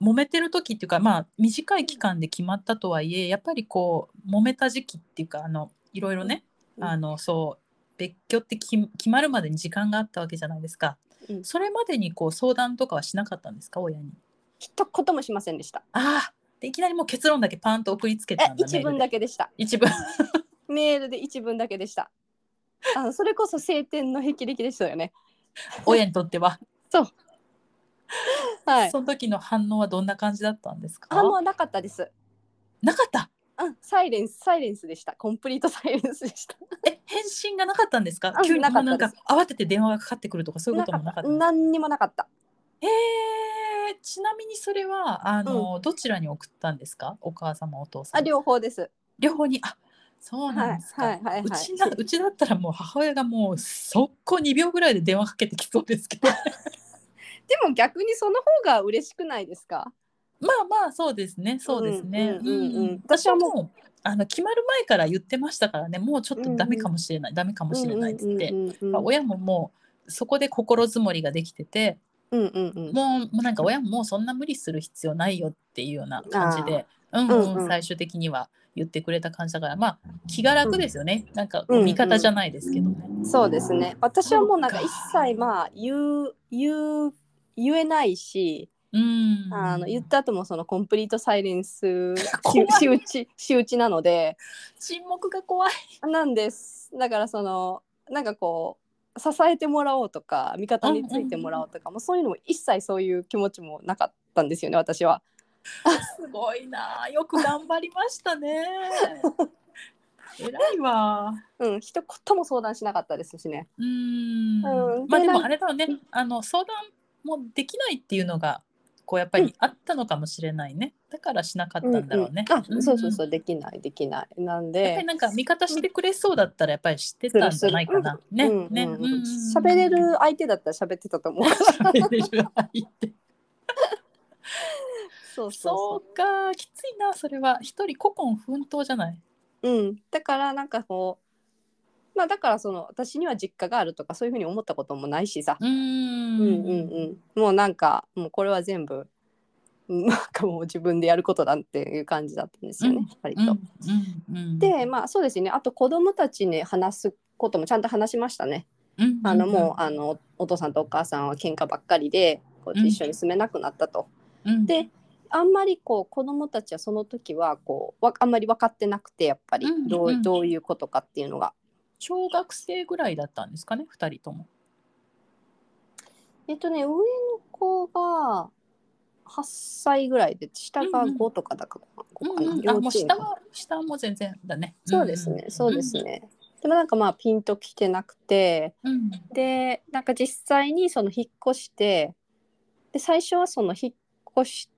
A: 揉めてる時っていうかまあ短い期間で決まったとはいえやっぱりこう揉めた時期っていうかあのいろいろね、
B: うん
A: あのそう別居ってき決まるまでに時間があったわけじゃないですか。
B: うん
A: それまでにこう相談とかはしなかったんですか親に。
B: 一言もしませんでした
A: ああでいきなりもう結論だけパンと送りつけ
B: え
A: たんだ
B: 一
A: メ
B: 文
A: ールで
B: だけでした
A: 一 文
B: メールで一文だけでしたあのそれこそ晴天の霹靂でしたよね
A: 親にとっては、
B: はい
A: その時の反応はどんな感じだったんですか
B: あもうなかったです
A: なかった
B: うんサイレンスサイレンスでしたコンプリート サイレンスでした
A: え返信がなかったんですか
B: あ
A: 急にも
B: なか
A: う
B: った
A: なんか
B: で
A: 慌てて電話がかかってくるとかそういうこともなかったんですか
B: 何にもなかった
A: えー、ちなみにそれはあの、どちらに送ったんですかお母様お父様
B: あ両方です
A: 両方にあそうなんですか、
B: はいはいはいはいう
A: ちなうちだったらもう母親がもう速攻2秒ぐらいで電話かけてきそうですけ どま
B: でも逆にその方が嬉しくないです
A: あ
B: か
A: まあそうですねそうですね、
B: うんうんうんうん
A: 私はもうあの決まる前から言ってましたからねもうちょっとダメかもしれない、ダメかもしれないっつって、
B: うんうんうん
A: まあ親ももうそこで心づもりができてて
B: うんうんう
A: も
B: ん
A: うもうなんか親ももうそんな無理する必要ないよっていうような感じで、うん
B: うん
A: う、
B: うんん
A: 最終的には言ってくれた感じだからまあ気が楽ですよね、なんか
B: うんうん
A: 味方じゃないですけどね。
B: そうですね私はもうなんか
A: そう
B: 一
A: か
B: 切まあ言う言う言えないし、
A: うん、
B: あの言った後もそのコンプリートサイレンス
A: 怖い
B: し仕打ち仕打ちなので
A: 沈黙が怖い。
B: なんですだからそのなんかこう支えてもらおうとか味方についてもらおうとかも、そういうのも一切そういう気持ちもなかったんですよね私は。
A: すごいなあ。よく頑張りました ね。偉いわ。
B: うん一言も相談しなかったですしね。
A: うーん
B: うん
A: まあで
B: でなん
A: も
B: か
A: あれだよね。あの相談もできないっていうのがこうやっぱ
B: う
A: りあったのかもしれないね。だからしなかったんだろうね。。
B: うんうんあ、そうそうそううできないできないな
A: や
B: ん
A: っぱ
B: で
A: りなんか味方してくれそうだったらやっぱり知ってたんじゃないかな。ね、
B: うん
A: ね、
B: うん
A: うんうん
B: 喋れる相手だったら喋ってたと思う
A: 喋れる相手。
B: そう
A: そうか、きついなそれは一人古今奮闘じゃない。
B: うん、だからなんかこうまあだからその私には実家があるとかそういうふうに思ったこともないしさ、
A: うー。
B: うんんうんうん、もうなんかもうこれは全部うんなんかもう自分でやることだっていう感じだったんですよね、
A: うん
B: 割
A: うん
B: と。
A: うんうん。
B: でまあそうですねあと子供たちに話すこともちゃんと話しましたね。
A: うんうんうん、
B: あのもうあのお父さんとお母さんは喧嘩ばっかりでこう
A: うん
B: 一緒に住めなくなったと。
A: うん、
B: であんまりこう子どもたちはその時はこうわあんまり分かってなくてやっぱり
A: うん
B: どう,、
A: うん
B: どういうことかっていうのが。
A: 小学生ぐらいだったんですかね2人とも。
B: えっとね上の子が8歳ぐらいで下が
A: うんうん
B: 5とかだか5かな、
A: あも
B: 幼
A: う
B: 稚園
A: 下
B: かな
A: は下はもう全然だね。
B: そうですね、そうですね。でもなんかまあピンときてなくて
A: うん。うん
B: でなんか実際にその引っ越してで最初はその引っ越し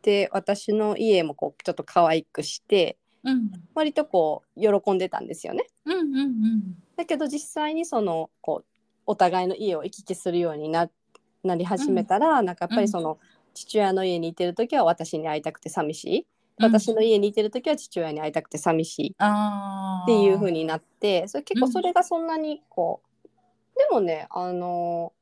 B: て私の家もこうちょっと可愛くして
A: うん
B: 割とこう喜んでたんですよね。
A: うんうんうん
B: だけど実際にそのこうお互いの家を行き来するようにななり始めたら、なんかやっぱりその、父親の家にいてる時は私に会いたくて寂しい、
A: うん。
B: 私の家にいてる時は父親に会いたくて寂しいっ
A: あ
B: ていう風
A: に。
B: になってそれ結構それがそんなにこう、でもねあの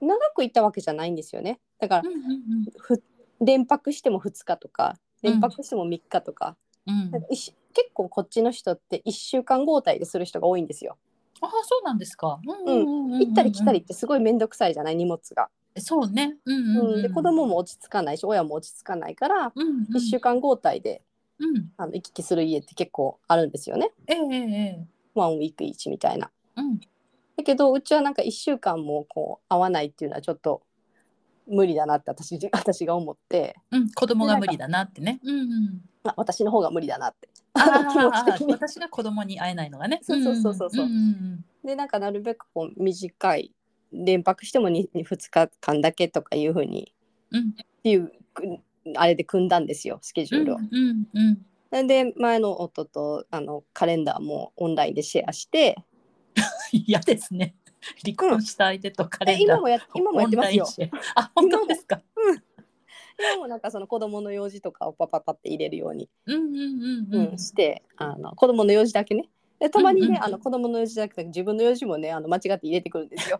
B: 長くいたわけじゃないんですよねだから
A: うんうん
B: ふ連泊しても2日とか連泊しても3日とか,、
A: うんうん、
B: なんか一週結構こっちの人って1週間交代でする人が多いんですよ。
A: ああそうなんですか。う
B: 行ったり来たりっ。てすごい面倒くさいじゃない荷物が。
A: そうね。うんうん、う
B: うん
A: ん、
B: で子供も落ち着かないし親も落ち着かないから
A: うんうん、
B: 1週間交代で
A: うん、
B: あの行き来する家って結構あるんですよね
A: ええええ
B: ワンウィーク1みたいな。
A: うん
B: だけどうちはなんか1週間もこう会わないっていうのはちょっと無理だなって私 私が思って、
A: うん、子供が無理だなってね。うんうん、
B: あ、私の方が無理だなって
A: あ
B: 気持ち的
A: ー
B: に。
A: 私が子供に会えないのがね。
B: そうそうそうそうそうん
A: ん
B: でなんかなるべくこう短い連泊しても 2, 日間だけとかいうふうに
A: うんうん
B: っていうくあれで組んだんですよスケジュールを。
A: うんうん
B: なんで前の夫とあのカレンダーもオンラインでシェアして
A: 嫌ですね。 離婚した相手とカ
B: え
A: レンダー
B: 今。もや今もやってますよ
A: オンラインであ、本当ですか。
B: 今もなんかその子供の用事とかをパパパって入れるように、
A: うんうんうん
B: うんしてあの子供の用事だけねでたまにね、
A: うんうんうん
B: あの子供の用事だけ自分の用事もねあの間違って入れてくるんですよ。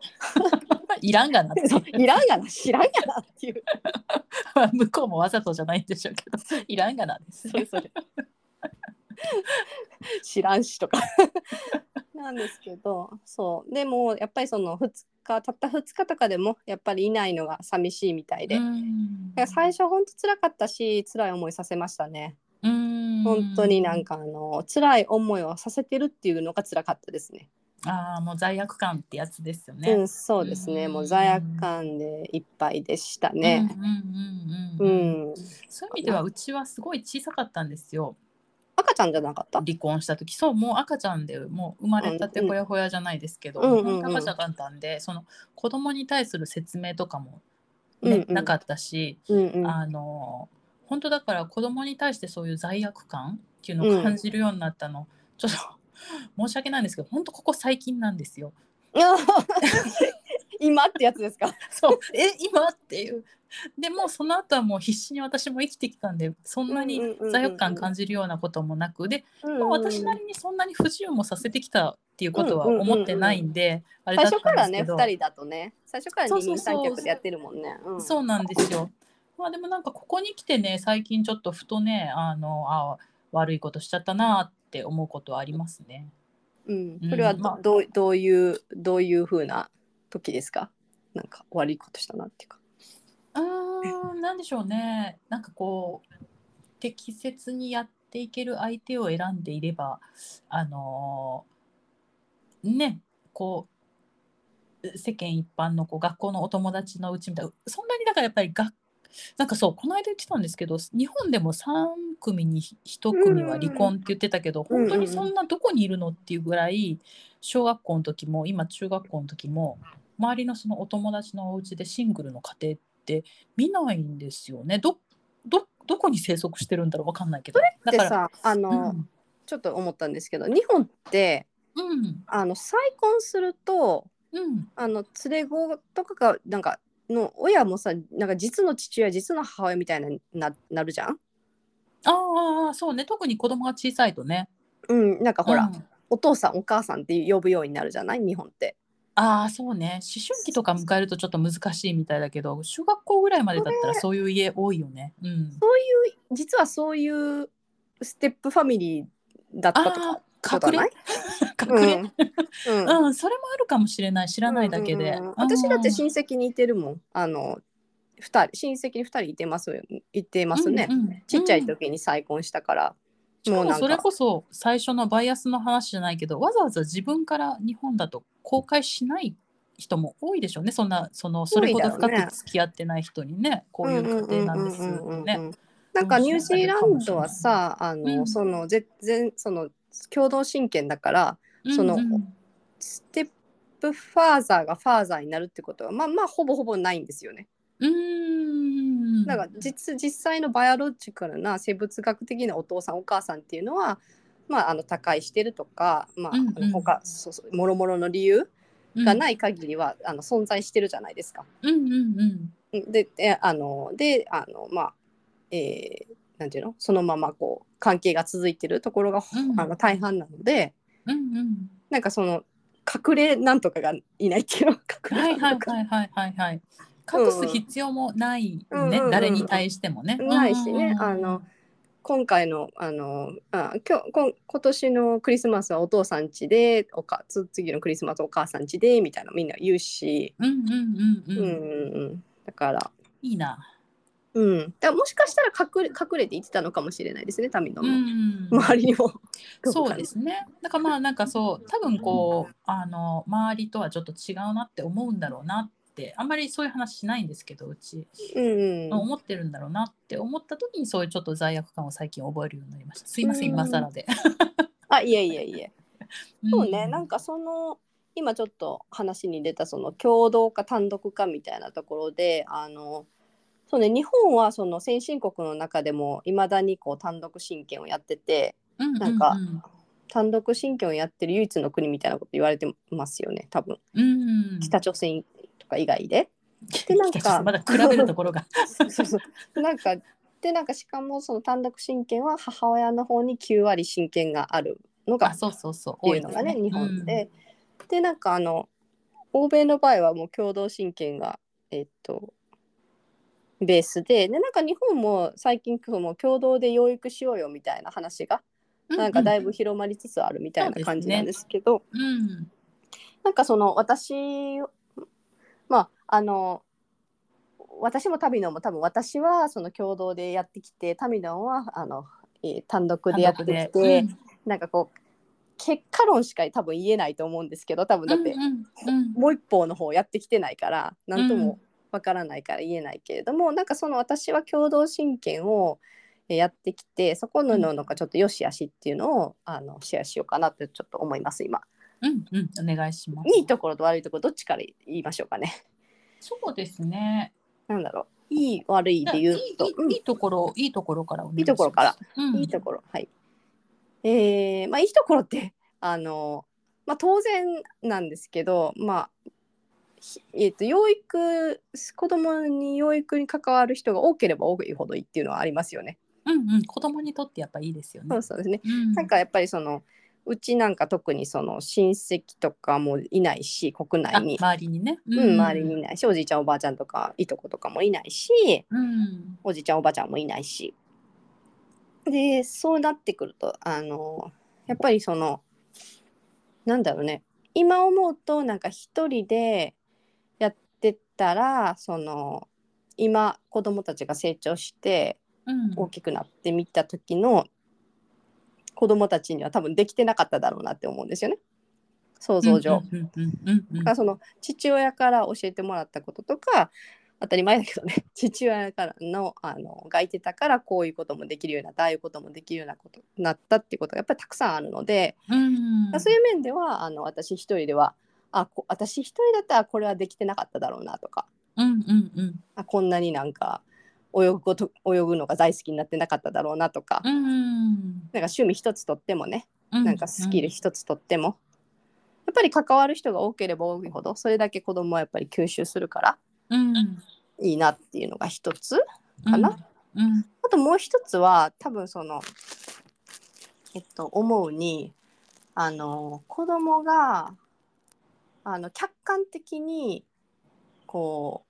A: いらんがなってい
B: そう
A: う。
B: いらんがな知らんがなっていう
A: 向こうもわざとじゃないんでしょうけど、いらんがなですね。
B: それそれ知らんしとかなんですけどそうでもやっぱりその2日たった2日とかでもやっぱりいないのが寂しいみたいで。
A: うん
B: だから最初本当辛かったし辛い思いさせましたね
A: うん
B: 本当になん。かあの辛い思いをさせてるっていうのが辛かったですね
A: ああ、もう罪悪感ってやつですよね。
B: うんそうですねもう罪悪感でいっぱいでしたね
A: うんうんう
B: う、
A: んんうん。そういう意味では、うちはすごい小さかったんですよ。
B: 赤ちゃんじゃなかった
A: 離婚した時そうもう赤ちゃんでもう生まれたてほやほやじゃないですけど、
B: うんうん
A: も
B: うん
A: 赤ちゃんだったんでその子供に対する説明とかも、ね
B: うんうん
A: なかったし、
B: うんうん
A: あの本当だから子供に対してそういう罪悪感っていうのを感じるようになったの、ちょっと申し訳ないんですけど本当ここ最近なんですよ。
B: 今ってやつですか。
A: そうえ今っていうでもうその後はもう必死に私も生きてきたんでそんなに罪悪感感じるようなこともなくで、
B: うんうんうん
A: まあ、私なりにそんなに不自由もさせてきたっていうことは思ってないんで、あれだ
B: 最初
A: った
B: か
A: んで
B: ら
A: すけ
B: ね
A: ど、
B: 2人だとね最初から
A: そ
B: 二
A: うそう
B: 人
A: そう
B: 三脚でやってるもんね。うん
A: そうなんですよ。まあでもなんかここに来てね最近ちょっとふとねあのあ悪いことしちゃったなって思うことはありますね。
B: うん
A: うん
B: それはど,、
A: まあ
B: どうどういうどういう風な時ですかなんか悪いことしたなっていうか。
A: うーんなんでしょうねなんかこう適切にやっていける相手を選んでいればあのーねこう世間一般のこう学校のお友達のうちみたいなそんなにだからやっぱり学なんかそうこの間言ってたんですけど日本でも3組に1組は離婚って言ってたけど
B: うんうん
A: 本当にそんなどこにいるのっていうぐらい小学校の時も今中学校の時も周りのそのお友達のお家でシングルの家庭って見ないんですよね。どどどこに生息してるんだろうわかんないけど。だ
B: で
A: から、
B: さあ
A: う
B: の、
A: ん、
B: ちょっと思ったんですけど日本って
A: うん、
B: あの再婚すると
A: うん、
B: あの連れ子とかがなんかの親もさなんか実の父親実の母親みたいなななるじゃん、
A: ああそうね特に子供が小さいとね。
B: うん、なんかほら、
A: うん
B: お父さんお母さんって呼ぶようになるじゃない日本って。
A: ああそうね思春期とか迎えるとちょっと難しいみたいだけど小学校ぐらいまでだったらそういう家多いよね。うん、
B: 実はそういうステップファミリーだったとか
A: ああ
B: こと
A: 隠
B: は
A: れ
B: ない
A: 隠れ、
B: うん
A: うんそれもあるかもしれない知らないだけで。
B: うんうんうん私だっ
A: う
B: て
A: ん
B: 親戚にいてるもんあの二人親戚に2人いてますよいてますね、
A: うんうん
B: ちっちゃい時に再婚したから、
A: し
B: も
A: か
B: う
A: も
B: なん
A: それ
B: か
A: こそ最初のバイアスの話じゃないけどわざわざ自分から日本だと公開しない人も多いでしょうねそんなそのそれほど深く付き合ってない人にねこういう家庭なんですってね。
B: なんかニュージーランドはさあの、
A: うん
B: その全然その共同親権だからうんその
A: うんうん
B: ステップファーザーがファーザーになるってことはまあまあほぼほぼないんですよね。
A: うーん
B: だから実実際のバイオロジカルな生物学的なお父さんお母さんっていうのは、まあ、あの他界してるとか、まあ、あ
A: うんうん
B: の他そうそうもろもろの理由がない限りは、あの存在してるじゃないですか。
A: うんうんうん
B: うんでであのであのまあえーなんていうのそのままこう関係が続いてるところが、
A: うん
B: あの大半なので
A: うんうん
B: なんかその隠れなんとかがいないっていうの 隠
A: は
B: れ
A: い
B: な
A: は
B: ん
A: い
B: とか
A: はいはいはいはい。
B: うん
A: 隠す必要もないね、
B: うんうんうん
A: 誰に対してもね。
B: ないしね
A: うんうんうん
B: あの今回のあのあ今日今今年のクリスマスはお父さん家でおかつ次のクリスマスお母さん家でみたいなみんな言うし、
A: うんうんうん
B: う
A: うんん。
B: うん、だから,、
A: いいな。
B: うん、だからもしかしたら隠れ隠れて言ってたのかもしれないですね民の
A: うん。
B: 周りにも。
A: そうですね。だからまあなんかそう多分こうあの周りとはちょっと違うなって思うんだろうなってあんまりそういう話しないんですけどうち、
B: うんうん
A: 思ってるんだろうなって思った時にそういうちょっと罪悪感を最近覚えるようになりました。すいません
B: うん
A: 今更で。
B: あいえいえいえ。そうね、
A: ん
B: なんかその今ちょっと話に出たその共同か単独かみたいなところであのそうね日本はその先進国の中でもいまだにこう単独親権をやってて
A: うん
B: なんか
A: うんうん
B: 単独親権をやってる唯一の国みたいなこと言われてますよね多分
A: うん、
B: 北朝鮮とか以外で。でなんか
A: 北朝鮮まだ比べるところが。
B: そうそうそうなんかでなんかしかもその単独親権は母親の方に9割親権があるのが
A: あそうそうそう
B: っていうのがね
A: 多い
B: 日本で、でなんかあの欧米の場合はもう共同親権がえっとベースででなんか日本も最近もう共同で養育しようよみたいな話が
A: うん
B: なんかだいぶ広まりつつあるみたいな感じなんですけど、
A: うん
B: なんかその私まああの私もタミノも多分私はその共同でやってきてタミノはあの、えー単独でやってきて、
A: うん
B: なんかこう結果論しか多分言えないと思うんですけど多分だって
A: うんうん
B: もう一方の方やってきてないから何ともわからないから言えないけれども、なんかその私は共同親権をえやってきてそこののなんかちょっと良し悪しっていうのをあのシェアしようかなってちょっと思います今。
A: うんうんうんお願いします
B: いいところと悪いところどっちから言いましょうかね。
A: そうですね
B: なんだろういい悪い
A: じゃあ
B: で
A: いい
B: 言うと、うん
A: いいいいところいいところからお願い
B: いいところから
A: しますうん
B: いいところはい。えーまあ、いいところって あの、まあ、当然なんですけど、まあひえー、と養育子供に養育に関わる人が多ければ多いほどいいっていうのはありますよね。
A: うんうん、子供にとってやっぱいいですよ
B: そ
A: ね
B: う。そうですね
A: うん
B: なんかやっぱりそのうちなんか特にその親戚とかもいないし国
A: あ
B: 内に、
A: 周りにね。う
B: うん、周りにい。ないしおじいちゃんおばあちゃんとかいとことかもいないし
A: うん。
B: おじいちゃんおばあちゃんもいないしでそうなってくるとあのやっぱりそのなんだろうね今思うとなんか一人でやってたらその今子供たちが成長して
A: うん。
B: 大きくなってみた時の子供たちには多分できてなかっただろうなって思うんですよね想像上。
A: うんうんうんうん
B: だからその父親から教えてもらったこととか当たり前だけどね 父親からのあのがいてたからこういうこともできるようになったああいうこともできるようなことになったっていうことがやっぱりたくさんあるので、
A: うん。
B: そういう面ではあの私一人ではあこ私一人だったらこれはできてなかっただろうなとか
A: うんうんうん。
B: あこんなになんか泳ぐこと泳ぐのが大好きになってなかっただろうなとか,、
A: うん。
B: なんか趣味一つとってもね
A: う
B: なんかスキル。一つとっても、やっぱり関わる人が多ければ多いほどそれだけ子供はやっぱり吸収するから
A: うん。
B: いいなっていうのが一つ
A: うん
B: かな。
A: うん。
B: あともう一つは多分そのえっと思うにあの子供があの客観的にこ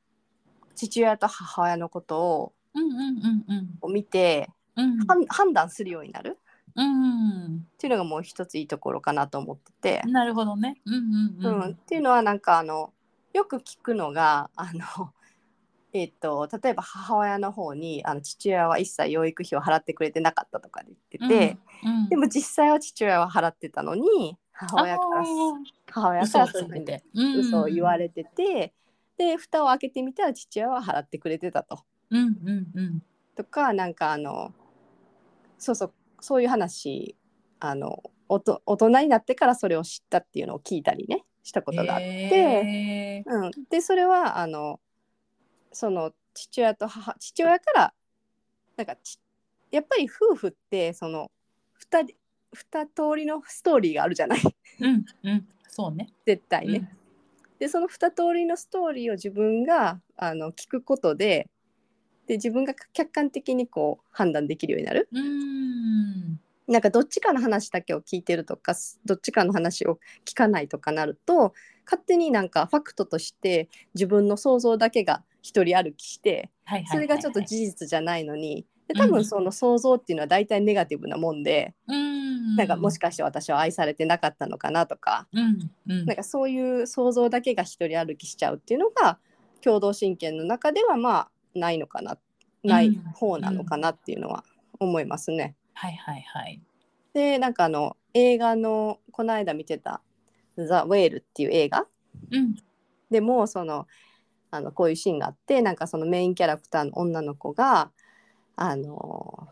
B: う父親と母親のことを
A: うんうんうんうん。
B: を見て
A: うん。
B: 判判断するようになる
A: うん。
B: っていうのがもう一ついいところかなと思ってて。
A: なるほどね。うんうん
B: うん
A: うん。
B: っていうのはなんかあのよく聞くのがあの、 えっと例えば母親の方にあの父親は一切養育費を払ってくれてなかったとかで言ってて、
A: うん、
B: でも実際は父親は払ってたのに母親から母
A: あー
B: 親か
A: 嘘
B: ら
A: を
B: そう
A: つ
B: い
A: い
B: うふう
A: て
B: に
A: て、うん
B: 嘘を言われてて、で蓋を開けてみたら父親は払ってくれてたと。
A: うんうんうん
B: とかなんかあのそうそうそういう話あのおと大人になってからそれを知ったっていうのを聞いたりねしたことがあっ
A: へ
B: て。
A: ー
B: うん、でそれはあのその父親と母父親からなんかちやっぱり夫婦ってその2人二通りのストーリーがあるじゃない
A: うんうんそうね
B: 絶対ね。でその2通りのストーリーを自分があの聞くことでで自分が客観的にこう判断できるようになる。
A: うん
B: なんかどっちかの話だけを聞いてるとかすどっちかの話を聞かないとかなると勝手になんかファクトとして自分の想像だけが一人歩きして
A: はいはいはいはい
B: それがちょっと事実じゃないのに、で
A: うん
B: 多分その想像っていうのは大体ネガティブなもんで、
A: うん
B: なんかもしかして私は愛されてなかったのかなとか、
A: うんうん
B: なんかそういう想像だけが一人歩きしちゃうっていうのが共同親権の中ではまあないのかなな
A: う
B: い
A: ん
B: 方なのかなっていうのは思いますね。
A: はいはいはい
B: でなんかあの映画のこの間見てた「ザ・ウェール」っていう映画
A: うん
B: でもそのあのこういうシーンがあってなんかそのメインキャラクターの女の子があの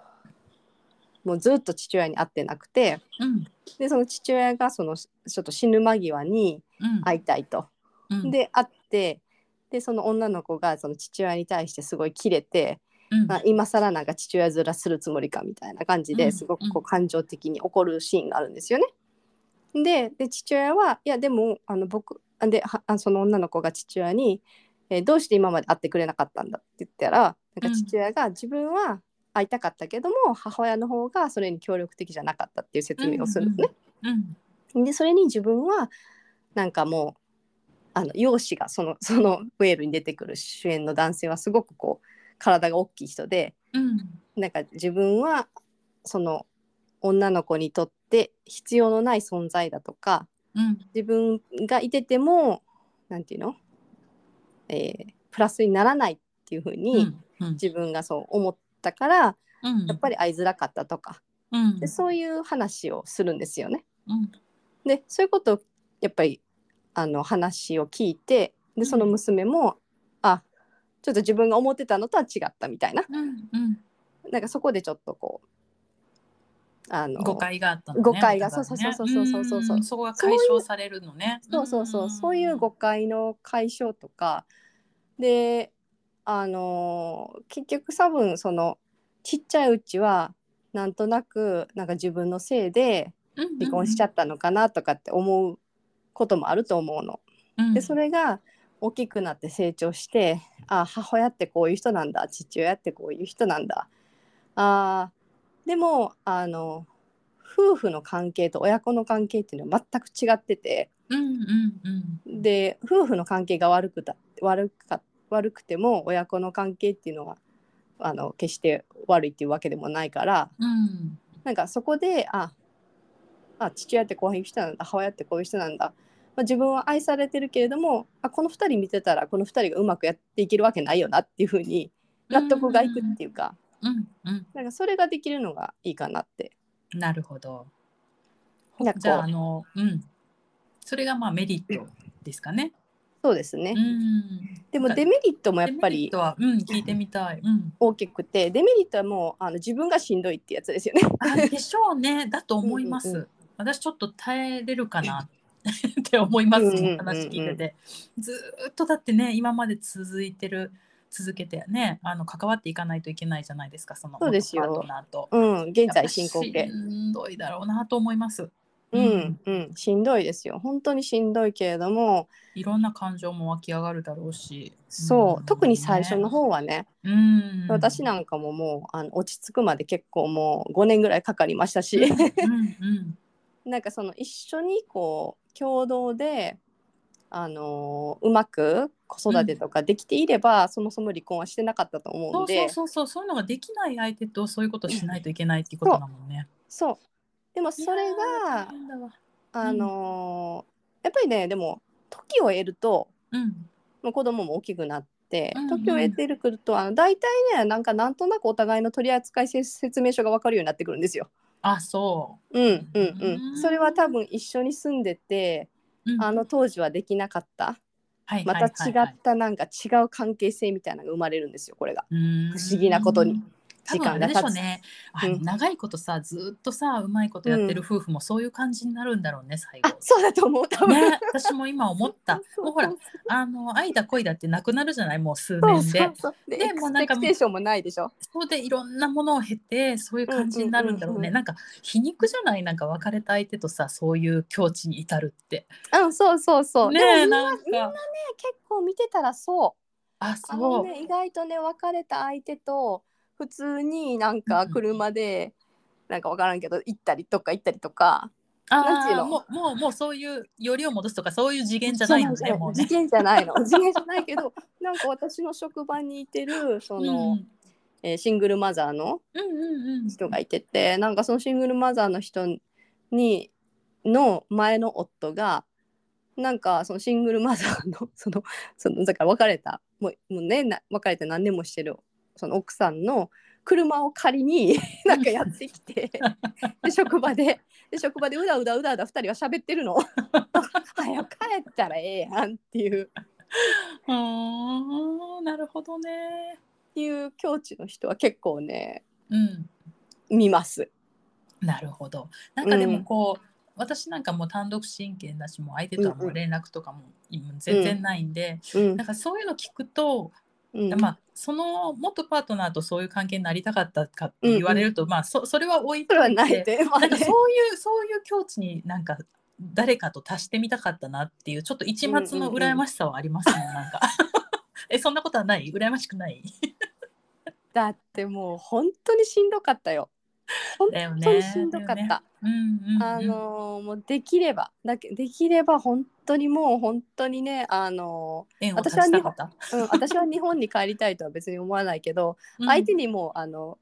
B: もうずっと父親に会ってなくて
A: うん
B: でその父親がそのちょっと死ぬ間際に
A: うん
B: 会いたいと。
A: うん
B: で会ってでその女の子がその父親に対してすごいキレて、
A: うん
B: まあ、今更なんか父親面するつもりかみたいな感じ
A: う
B: で
A: ん
B: すごく
A: う
B: こ
A: ん
B: う感情的に怒るシーンがあるんですよね。でで父親はいやでもあの僕あではあその女の子が父親に、えーどうして今まで会ってくれなかったんだ」って言ったらなんか父親が自分は会いたかったけども、母親の方がそれに協力的じゃなかったっていう説明をするのね。
A: うん
B: でそれに自分はなんかもうあの容姿がそのそのウェールに出てくる主演の男性はすごくこう体が大きい人で
A: うん
B: なんか自分はその女の子にとって必要のない存在だとか
A: うん
B: 自分がいててもなんていうの、えープラスにならないっていうふう
A: う
B: に
A: んうん
B: 自分がそう思ったから、
A: うん
B: やっぱり会いづらかったとか
A: うん
B: でそういう話をするんですよね。
A: うん
B: でそういうことをやっぱりあの話を聞いてでその娘も、あちょっと自分が思ってたのとは違ったみたいな
A: うんうん
B: なんかそこでちょっとこうあの
A: 誤解があったのね
B: 誤解が
A: お互いね
B: そうそうそうそうそうそうん
A: そこが解消されるのね
B: そうそうそうそういう誤解の解消とかであの結局多分そのちっちゃいうちはなんとなくなんか自分のせいで
A: うん
B: 離婚しちゃったのかなとかって思うこともあると思うの。
A: うん
B: でそれが大きくなって成長してあ母親ってこういう人なんだ父親ってこういう人なんだあーでもあの夫婦の関係と親子の関係っていうのは全く違ってて
A: うんうんうん
B: で夫婦の関係が悪くた悪か悪くても親子の関係っていうのはあの決して悪いっていうわけでもないから
A: うん
B: なんかそこでああ父親ってこういう人なんだ母親ってこういう人なんだ、まあ、自分は愛されてるけれどもあこの2人見てたらこの2人がうまくやっていけるわけないよなっていうふうに納得がいくっていうか,、
A: うんうん
B: なんかそれができるのがいいかなって。
A: なるほど
B: なん
A: じゃあ
B: か
A: あ
B: こう
A: のうんそれがまあメリットですかね
B: そうですね、
A: うん
B: でもデメリットもやっぱ
A: デメリッ
B: り
A: トはうん聞いてみたいうん
B: 大きくてデメリットはもうあの自分がしんどいってやつですよね。
A: あでしょうねだと思います。
B: うんうんう
A: 私ちょっと耐えれるかな って思います、
B: うんうんうんうん
A: 話聞いてて。ずーっとだってね今まで続いてる続けてねあの関わっていかないといけないじゃないですかその
B: そうですよ
A: 元パートナーと。
B: うん、現在進行
A: やっぱ
B: 形
A: し。んどいだろうなと思います。
B: うん、うん、しんどいですよ。本当にしんどいけれども、
A: いろんな感情も湧き上がるだろうし。
B: そう、
A: ん
B: 特に最初の、方はね、
A: うん、
B: 私なんかももうあの落ち着くまで結構もう5年ぐらいかかりましたし
A: うんうん
B: なんかその一緒にこう共同で、あのーうまく子育てとかできていれば、そもそも離婚はしてなかったと思う
A: そ
B: ん
A: うそ
B: で
A: うそうそうそういうのができない相手とそういうことしないといけないっていうことだもんね。
B: そうでもそれ
A: いやー大
B: が、
A: 変だわ
B: あのーやっぱりねでも時を得ると
A: うん
B: もう子供も大きくなって
A: うんうん
B: 時を得てくるとあの大体ねなんかなんとなくお互いの取扱説明書が分かるようになってくるんですよ。
A: あそ
B: うんうん
A: う
B: うんん、それは多分一緒に住んでて
A: う、うん
B: あの当時はできなかった
A: はい
B: ま
A: は
B: た
A: いはい
B: 違
A: はい
B: ったなんか違う関係性みたいなのが生まれるんですよこれが。
A: うーん
B: 不思議なことに
A: 多
B: 時
A: 分あ
B: 間
A: れ
B: が
A: で
B: 経
A: し
B: つ
A: ょうね、あ
B: うん
A: 長いことさずっとさうまいことやってる夫婦もそういう感じになるんだろうね最後
B: あ。そうだと思う多分。
A: ね、私も今思った
B: そう
A: もうほらあの愛だ恋だってなくなるじゃないもう数
B: そう
A: 年で
B: そうそうそうで
A: で
B: エク
A: もう
B: ス
A: なん
B: ペ
A: か
B: クテーションもないでしょ。
A: そうでいろんなものを経てそういう感じになるんだろうね、
B: うんうんうんうん
A: なんか皮肉じゃないなんか別れた相手とさそういう境地に至るって
B: うんそうそうそう。
A: ね
B: でもみんなね
A: なんか
B: 結構見てたらそう
A: あ
B: あの
A: そう、
B: ね意外とね別れた相手と普通になんか車でなんか分からんけど行ったりとか行ったりとか。なんていう
A: ああ
B: の
A: もうもうもうそういうよりを戻すとかそういう次元じゃないのねもうね
B: 事。件じゃないの。事件じゃないけど、なんか私の職場にいてるそ
A: う
B: の、
A: ん
B: えーシングルマザーの
A: うんうんうん。
B: 人がいてて、なんかそのシングルマザーの人にの前の夫が。なんかそのシングルマザーの そのそのだから別れたもうもうねな別れて何年もしてるその奥さんの車を借りに なんかやってき てで職場でで職場でうだうだうだうだ2人は喋って るの早く帰ったらええやんっていう
A: ああ、なるほどね。
B: っていう境地の人は結構ね
A: うん、
B: 見ます。
A: なるほど。なんかで
B: う
A: も
B: ん
A: こう、私なんかもう単独親権だし、もう相手とはも
B: う
A: う
B: んうん
A: 連絡とかも今全然ないんで、
B: うん
A: なんかそういうの聞くと、
B: うん
A: まあその元パートナーとそういう関係になりたかったかって言われると、まあそそれは置い
B: そ
A: と
B: れはいな
A: て
B: い、で、まあ
A: なん
B: ね
A: かそういうそういう境地になんか誰かと足してみたかったなっていうちょっと一抹の羨ましさはありますね、なんか えそんなことはない羨ましくない
B: だってもう本当にしんどかったよ。本
A: だよね
B: 当にしんどかった。
A: うんうんうん
B: あのーもうできればだけできれば本当にもう本当にねあの
A: 縁を立ちたかった、
B: ーうん、私は日本に帰りたいとは別に思わないけど、
A: うん
B: 相手にもうあの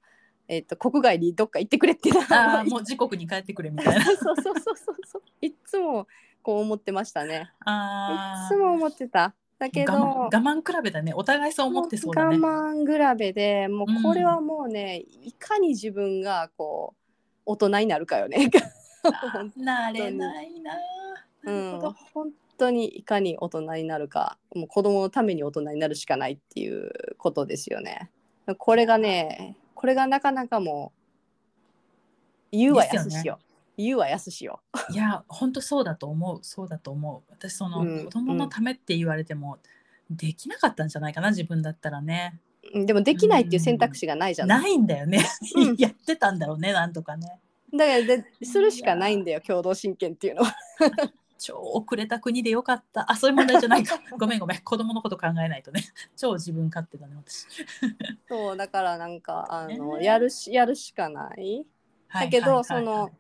B: えっ、と国外にどっか行ってくれって
A: あ
B: な
A: あもう自国に帰ってくれみたいな
B: そうそうそうそうそういっつもこう思ってましたね。い
A: あ
B: つも思ってた。だけ
A: ー
B: ど
A: 我慢我慢比べだねお互いそう思ってそうだね
B: 我慢比べでも
A: うん
B: うこれはもうね、いかに自分がこう大人になるかよね。
A: あーなれないな
B: う
A: なる
B: ん
A: ほど、、
B: 本当にいかに大人になるかもう子供のために大人になるしかないっていうことですよね。これがねこれがなかなかもう言うはやす
A: です
B: し
A: よ
B: よ言うはやすしよ。
A: いや本当そうだと思うそうだと思う私その、
B: うん
A: 子供のためって言われても、できなかったんじゃないかな自分だったらね
B: うんでもできないっていう選択肢がないじゃない、
A: ないんだよね
B: う ん
A: やってたんだろうねなんとかね
B: だからでするしかないんだよ共同親権っていうのは。
A: 超遅れた国でよかったあそういう問題じゃない かごめんごめん子供のこと考えないとね 超自分勝手だね私
B: そうだからなんかあの、
A: ね
B: やるしやるしかない。だけどその、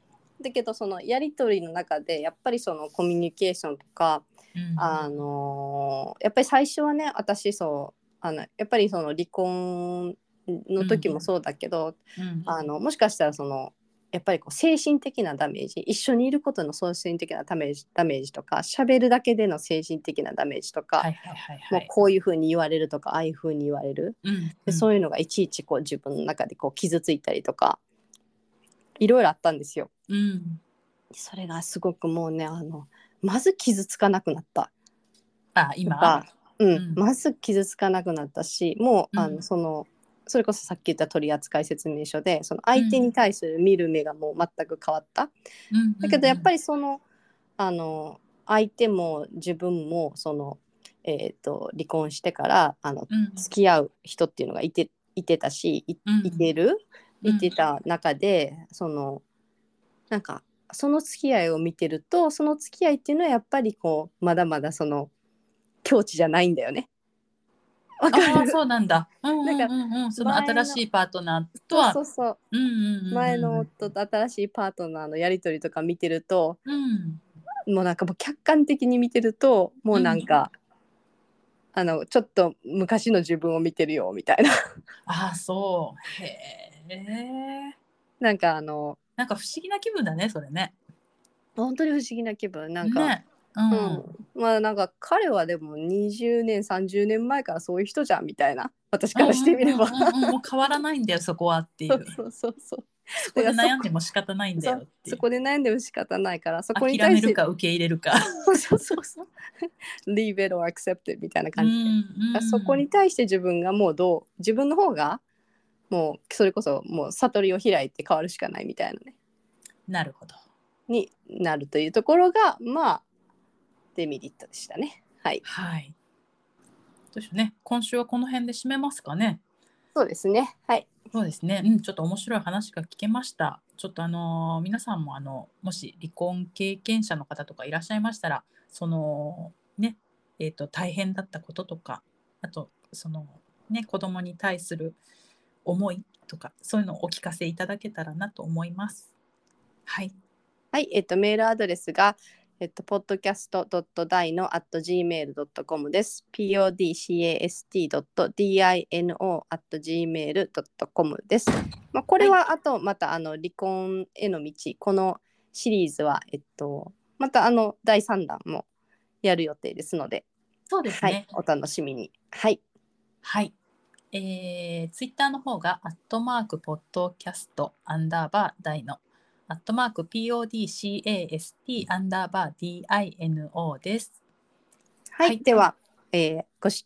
B: だけどそのやり取りの中でやっぱりそのコミュニケーションとか、
A: うん
B: あのーやっぱり最初はね私そうあのやっぱりその離婚の時もそうだけど、
A: うん
B: あのもしかしたらそのやっぱりこう精神的なダメージ一緒にいることの精神的なダメージダメージとか喋るだけでの精神的なダメージとか、
A: はいはいはいは
B: もう
A: い
B: こういうふうに言われるとかああいうふうに言われる
A: うん
B: でそういうのがいちいちこう自分の中でこう傷ついたりとかいろいろあったんですよ。
A: うん
B: それがすごくもうねあのまず傷つかなくなった。
A: あ
B: やっ
A: 今
B: ぱうん
A: うん
B: まず傷つかなくなったしもうあ
A: うん
B: のその、それこそさっき言った取扱説明書でその相手に対する見る目がもう全く変わった。だけどやっぱ
A: り
B: りそのあの相手も自分もその、えー、と離婚してからあの付き合う人っていうのがいていてたしいいてる、いてた中でそのなんかその付き合いを見てるとその付き合いっていうのはやっぱりこうまだまだその境地じゃないんだよね。わか
A: ああ
B: る
A: そうなんだ。うんうん
B: なん
A: う
B: か
A: ん うん、その
B: 前の
A: 新しいパートナーと
B: そう
A: は
B: そうそう
A: うんうんうんうん
B: 前の夫と新しいパートナーのやり取りとか見てると、
A: うん
B: もうなんかもう客観的に見てるともうなんか、あのちょっと昔の自分を見てるよみたいな
A: ああそうへえ
B: なんかあの
A: なんか不思議な気分だねそれね
B: 本当に不思議な気分なんか、
A: ねうん
B: うん、まあなんか彼はでも20年30年前からそういう人じゃんみたいな私からしてみれば
A: うんうんうんうんもう変わらないんだよそこはってい
B: そう
A: う
B: そうそうそう
A: そこで悩んでも仕方ないんだよってい
B: そうこで悩んでも仕方ないからそこに
A: 諦
B: 対
A: め
B: し
A: る
B: て
A: か受け入れるか
B: そうそうそうそう「leave it or accept it」みたいな感じで、
A: うんうん
B: そこに対して自分がもうどう自分の方がもうそれこそもう悟りを開いて変わるしかないみたいなね
A: なるほど
B: になるというところがまあデメリットでしたね。はい、
A: はいどうしようね今週はこの辺で締めますかね
B: そうですね。はい、
A: そうですね、うん、ちょっと面白い話が聞けました。ちょっとあのー皆さんもあのもし離婚経験者の方とかいらっしゃいましたら、そのね、えっ、と大変だったこととか、あとそのね子供に対する思いとかそういうのをお聞かせいただけたらなと思います。はい、
B: はい、えっとメールアドレスがえっと podcast.dino at gmail.com です。podcast.dino at gmail.com です。まあこれはあとまたあの離婚への道このシリーズはえっとまたあの第三弾もやる予定ですので、
A: そうです
B: は
A: ね。
B: い、お楽しみに。はい、
A: はい。えー、ツイッターの方が、アットマーク、ポッドキャスト、アンダーバー、ダイノ、アットマーク、PODCAST、アンダーバー、DINO です。
B: はい、
A: はい
B: では、えーご視